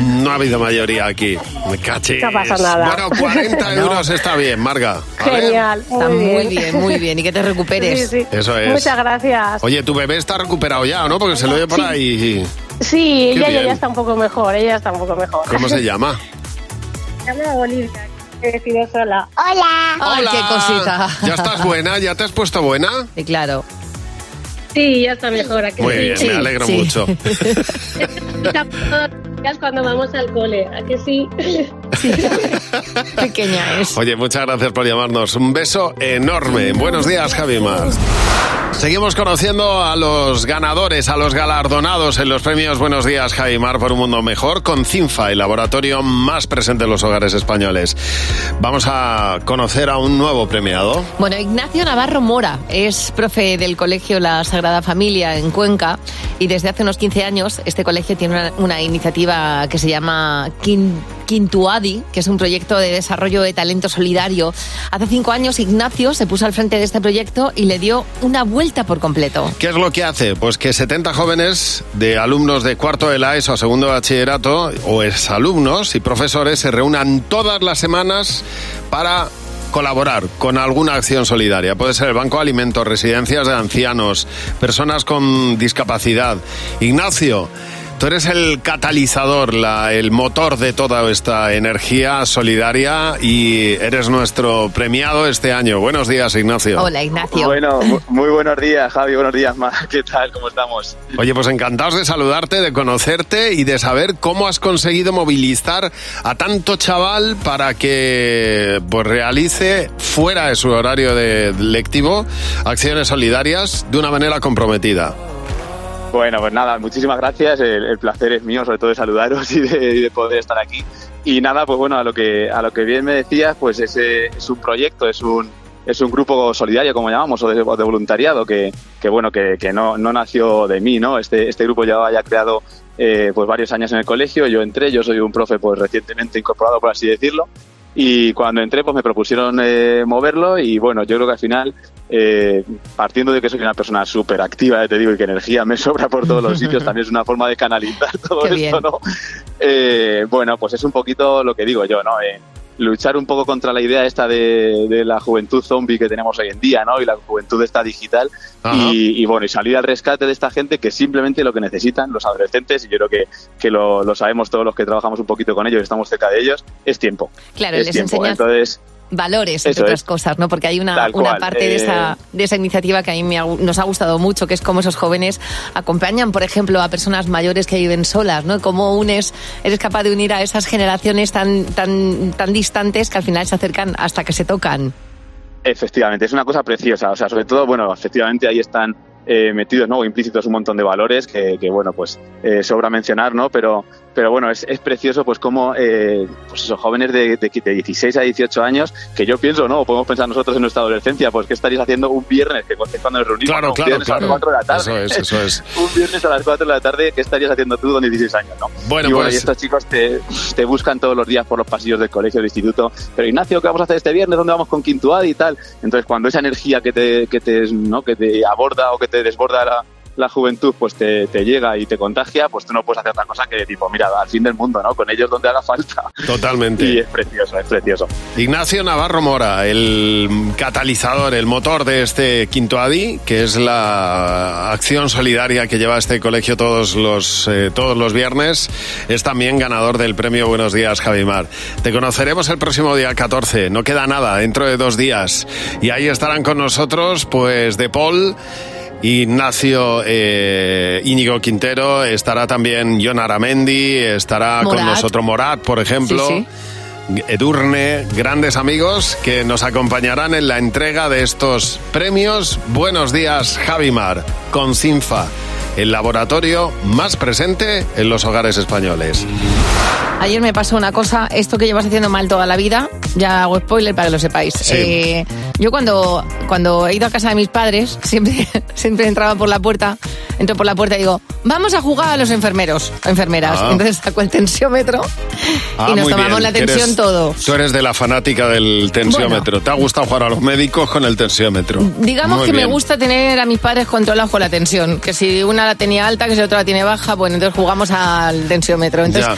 S3: No ha habido mayoría aquí. Me cachis.
S4: No pasa nada.
S3: Bueno, 40
S4: No.
S3: euros está bien, Marga. A ver.
S16: Genial.
S4: Está muy bien, muy bien. Y que te recuperes.
S16: Sí, sí.
S3: Eso es.
S16: Muchas gracias.
S3: Oye, tu bebé está recuperado ya, ¿no? Porque se lo oye por
S16: Sí.
S3: ahí.
S16: Sí,
S3: Qué
S16: ella, ella
S3: bien.
S16: está un poco mejor, ella está un poco mejor.
S3: ¿Cómo se llama?
S14: Llama Olivia, que decidió sola.
S13: Hola.
S4: Ay, qué cosita.
S3: ¿Ya estás buena? ¿Ya te has puesto buena?
S4: Sí, claro.
S14: Sí, ya está mejor aquí.
S3: Muy bien, me alegro mucho.
S14: cuando vamos al cole, ¿a que sí?
S4: Pequeña es.
S3: Oye, muchas gracias por llamarnos. Un beso enorme. Buenos días, Javimar. Seguimos conociendo a los ganadores, a los galardonados en los premios Buenos días, Javimar, por un mundo mejor con CINFA, el laboratorio más presente en los hogares españoles. Vamos a conocer a un nuevo premiado.
S4: Bueno, Ignacio Navarro Mora es profe del colegio La Sagrada Familia en Cuenca y desde hace unos 15 años este colegio tiene una, una iniciativa que se llama Quin- Quintuadi, que es un proyecto de desarrollo de talento solidario. Hace cinco años Ignacio se puso al frente de este proyecto y le dio una vuelta por completo.
S3: ¿Qué es lo que hace? Pues que 70 jóvenes de alumnos de cuarto de la ESO a segundo de bachillerato o exalumnos y profesores se reúnan todas las semanas para colaborar con alguna acción solidaria. Puede ser el Banco de Alimentos, residencias de ancianos, personas con discapacidad. Ignacio, tú eres el catalizador, la- el motor de toda esta energía solidaria y eres nuestro premiado este año. Buenos días, Ignacio.
S4: Hola Ignacio.
S2: Bueno, mu- muy buenos días, Javi. Buenos días, más. ¿Qué tal? ¿Cómo estamos?
S3: Oye, pues encantados de saludarte, de conocerte y de saber cómo has conseguido movilizar a tanto chaval para que pues, realice fuera de su horario de lectivo acciones solidarias de una manera comprometida.
S2: Bueno, pues nada, muchísimas gracias. El, el placer es mío, sobre todo de saludaros y de, y de poder estar aquí. Y nada, pues bueno, a lo que a lo que bien me decías, pues ese es un proyecto, es un es un grupo solidario, como llamamos, o de, o de voluntariado, que, que bueno, que, que no, no nació de mí, ¿no? Este, este grupo llevaba ya creado eh, pues varios años en el colegio, yo entré, yo soy un profe pues recientemente incorporado, por así decirlo, y cuando entré pues me propusieron eh, moverlo y bueno, yo creo que al final, eh, partiendo de que soy una persona súper activa, ya te digo, y que energía me sobra por todos los sitios, también es una forma de canalizar todo
S4: Qué
S2: esto,
S4: bien.
S2: ¿no? Eh, bueno, pues es un poquito lo que digo yo, ¿no? Eh, luchar un poco contra la idea esta de, de la juventud zombie que tenemos hoy en día, ¿no? Y la juventud esta digital. Y, y bueno, y salir al rescate de esta gente que simplemente lo que necesitan los adolescentes, y yo creo que, que lo, lo sabemos todos los que trabajamos un poquito con ellos, estamos cerca de ellos, es tiempo.
S4: Claro,
S2: es
S4: les
S2: tiempo.
S4: enseñas-
S2: Entonces,
S4: valores, entre
S2: Eso
S4: otras
S2: es.
S4: cosas, ¿no? Porque hay una,
S2: Tal
S4: una
S2: cual,
S4: parte de,
S2: eh.
S4: esa, de esa iniciativa que a mí me ha gu- nos ha gustado mucho, que es cómo esos jóvenes acompañan, por ejemplo, a personas mayores que viven solas, ¿no? Cómo unes, eres capaz de unir a esas generaciones tan, tan, tan distantes que al final se acercan hasta que se tocan.
S2: Efectivamente, es una cosa preciosa. O sea, sobre todo, bueno, efectivamente ahí están eh, metidos, ¿no? O implícitos un montón de valores que, que, bueno, pues eh, sobra mencionar, ¿no? Pero, pero bueno, es, es precioso, pues, como, eh, pues esos jóvenes de, de, de 16 a 18 años, que yo pienso, ¿no? O podemos pensar nosotros en nuestra adolescencia, pues, ¿qué estaréis haciendo un viernes? Que es cuando nos reunimos.
S3: Claro,
S2: ¿no? Un
S3: claro,
S2: viernes
S3: claro.
S2: A las 4 de la tarde.
S3: Eso es, eso es.
S2: un viernes a las 4 de la tarde, ¿qué estarías haciendo tú con 16 años, no?
S3: Bueno,
S2: y bueno,
S3: pues-
S2: y estos chicos te, te buscan todos los días por los pasillos del colegio, del instituto. Pero Ignacio, ¿qué vamos a hacer este viernes? ¿Dónde vamos con Quintuadi y tal? Entonces, cuando esa energía que te, que te, ¿no? que te aborda o que te desborda la, la juventud, pues te, te llega y te contagia, pues tú no puedes hacer otra cosa que tipo, mira, al fin del mundo, ¿no? Con ellos donde haga falta.
S3: Totalmente.
S2: Y es precioso, es precioso.
S3: Ignacio Navarro Mora, el catalizador, el motor de este Quinto ADI, que es la acción solidaria que lleva este colegio todos los, eh, todos los viernes, es también ganador del premio Buenos Días, Javimar. Te conoceremos el próximo día 14, no queda nada, dentro de dos días. Y ahí estarán con nosotros, pues, De Paul. Ignacio eh, Íñigo Quintero, estará también Jon Aramendi, estará
S6: Morat.
S3: con nosotros Morat, por ejemplo.
S6: Sí, sí.
S3: Edurne, grandes amigos que nos acompañarán en la entrega de estos premios. Buenos días, Javimar, con CINFA, el laboratorio más presente en los hogares españoles.
S4: Ayer me pasó una cosa, esto que llevas haciendo mal toda la vida, ya hago spoiler para que lo sepáis.
S3: Sí.
S4: Eh, yo cuando, cuando he ido a casa de mis padres, siempre, siempre entraba por la puerta entro por la puerta y digo, vamos a jugar a los enfermeros, enfermeras.
S3: Ah.
S4: Entonces saco el tensiómetro
S3: Ah,
S4: y nos
S3: muy
S4: tomamos
S3: bien,
S4: la
S3: que
S4: tensión
S3: eres-
S4: todo.
S3: Tú eres de la fanática del tensiómetro. ¿Te ha gustado jugar a los médicos con el tensiómetro?
S4: Digamos
S3: Muy
S4: que
S3: bien.
S4: me gusta tener a mis padres controlados con la tensión, que si una la tenía alta, que si otra la tiene baja, bueno, entonces jugamos al tensiómetro. Entonces,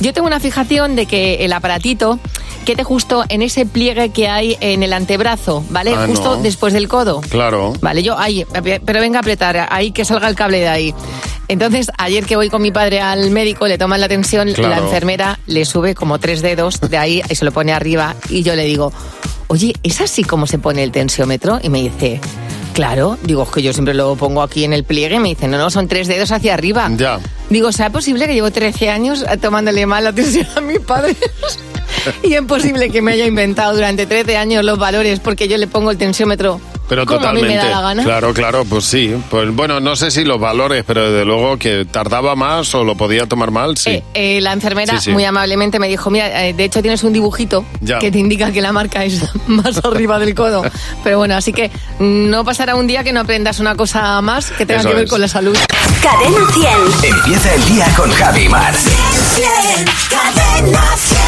S4: yo tengo una fijación de que el aparatito quede justo en ese pliegue que hay en el antebrazo, ¿vale?
S3: Ah,
S4: justo
S3: no.
S4: después del codo.
S3: Claro.
S4: Vale, yo ahí, pero venga a apretar, ahí que salga el cable de ahí. Entonces, ayer que voy con mi padre al médico, le toman la tensión, la
S3: Claro.
S4: enfermera le sube como tres dedos de ahí y se lo pone arriba y yo le digo, oye, ¿es así como se pone el tensiómetro? Y me dice, claro, digo, es que yo siempre lo pongo aquí en el pliegue y me dice, no, no, son tres dedos hacia arriba.
S3: Ya.
S4: Digo, ¿será posible que llevo 13 años tomándole mal la atención a mis padres? y es posible que me haya inventado durante 13 años los valores porque yo le pongo el tensiómetro
S3: Pero
S4: como
S3: totalmente.
S4: a mí me da la gana.
S3: Claro, claro, pues sí. Pues bueno, no sé si los valores, pero desde luego que tardaba más o lo podía tomar mal, sí.
S4: Eh, la enfermera
S3: Sí, sí.
S4: muy amablemente me dijo, mira, eh, de hecho tienes un dibujito
S3: Ya.
S4: que te indica que la marca es más arriba del codo. Pero bueno, así que no pasará un día que no aprendas una cosa más que tenga
S12: Eso
S4: que ver
S12: es.
S4: con la salud.
S12: Empieza el día con Javi Mar.
S5: Cadena 100.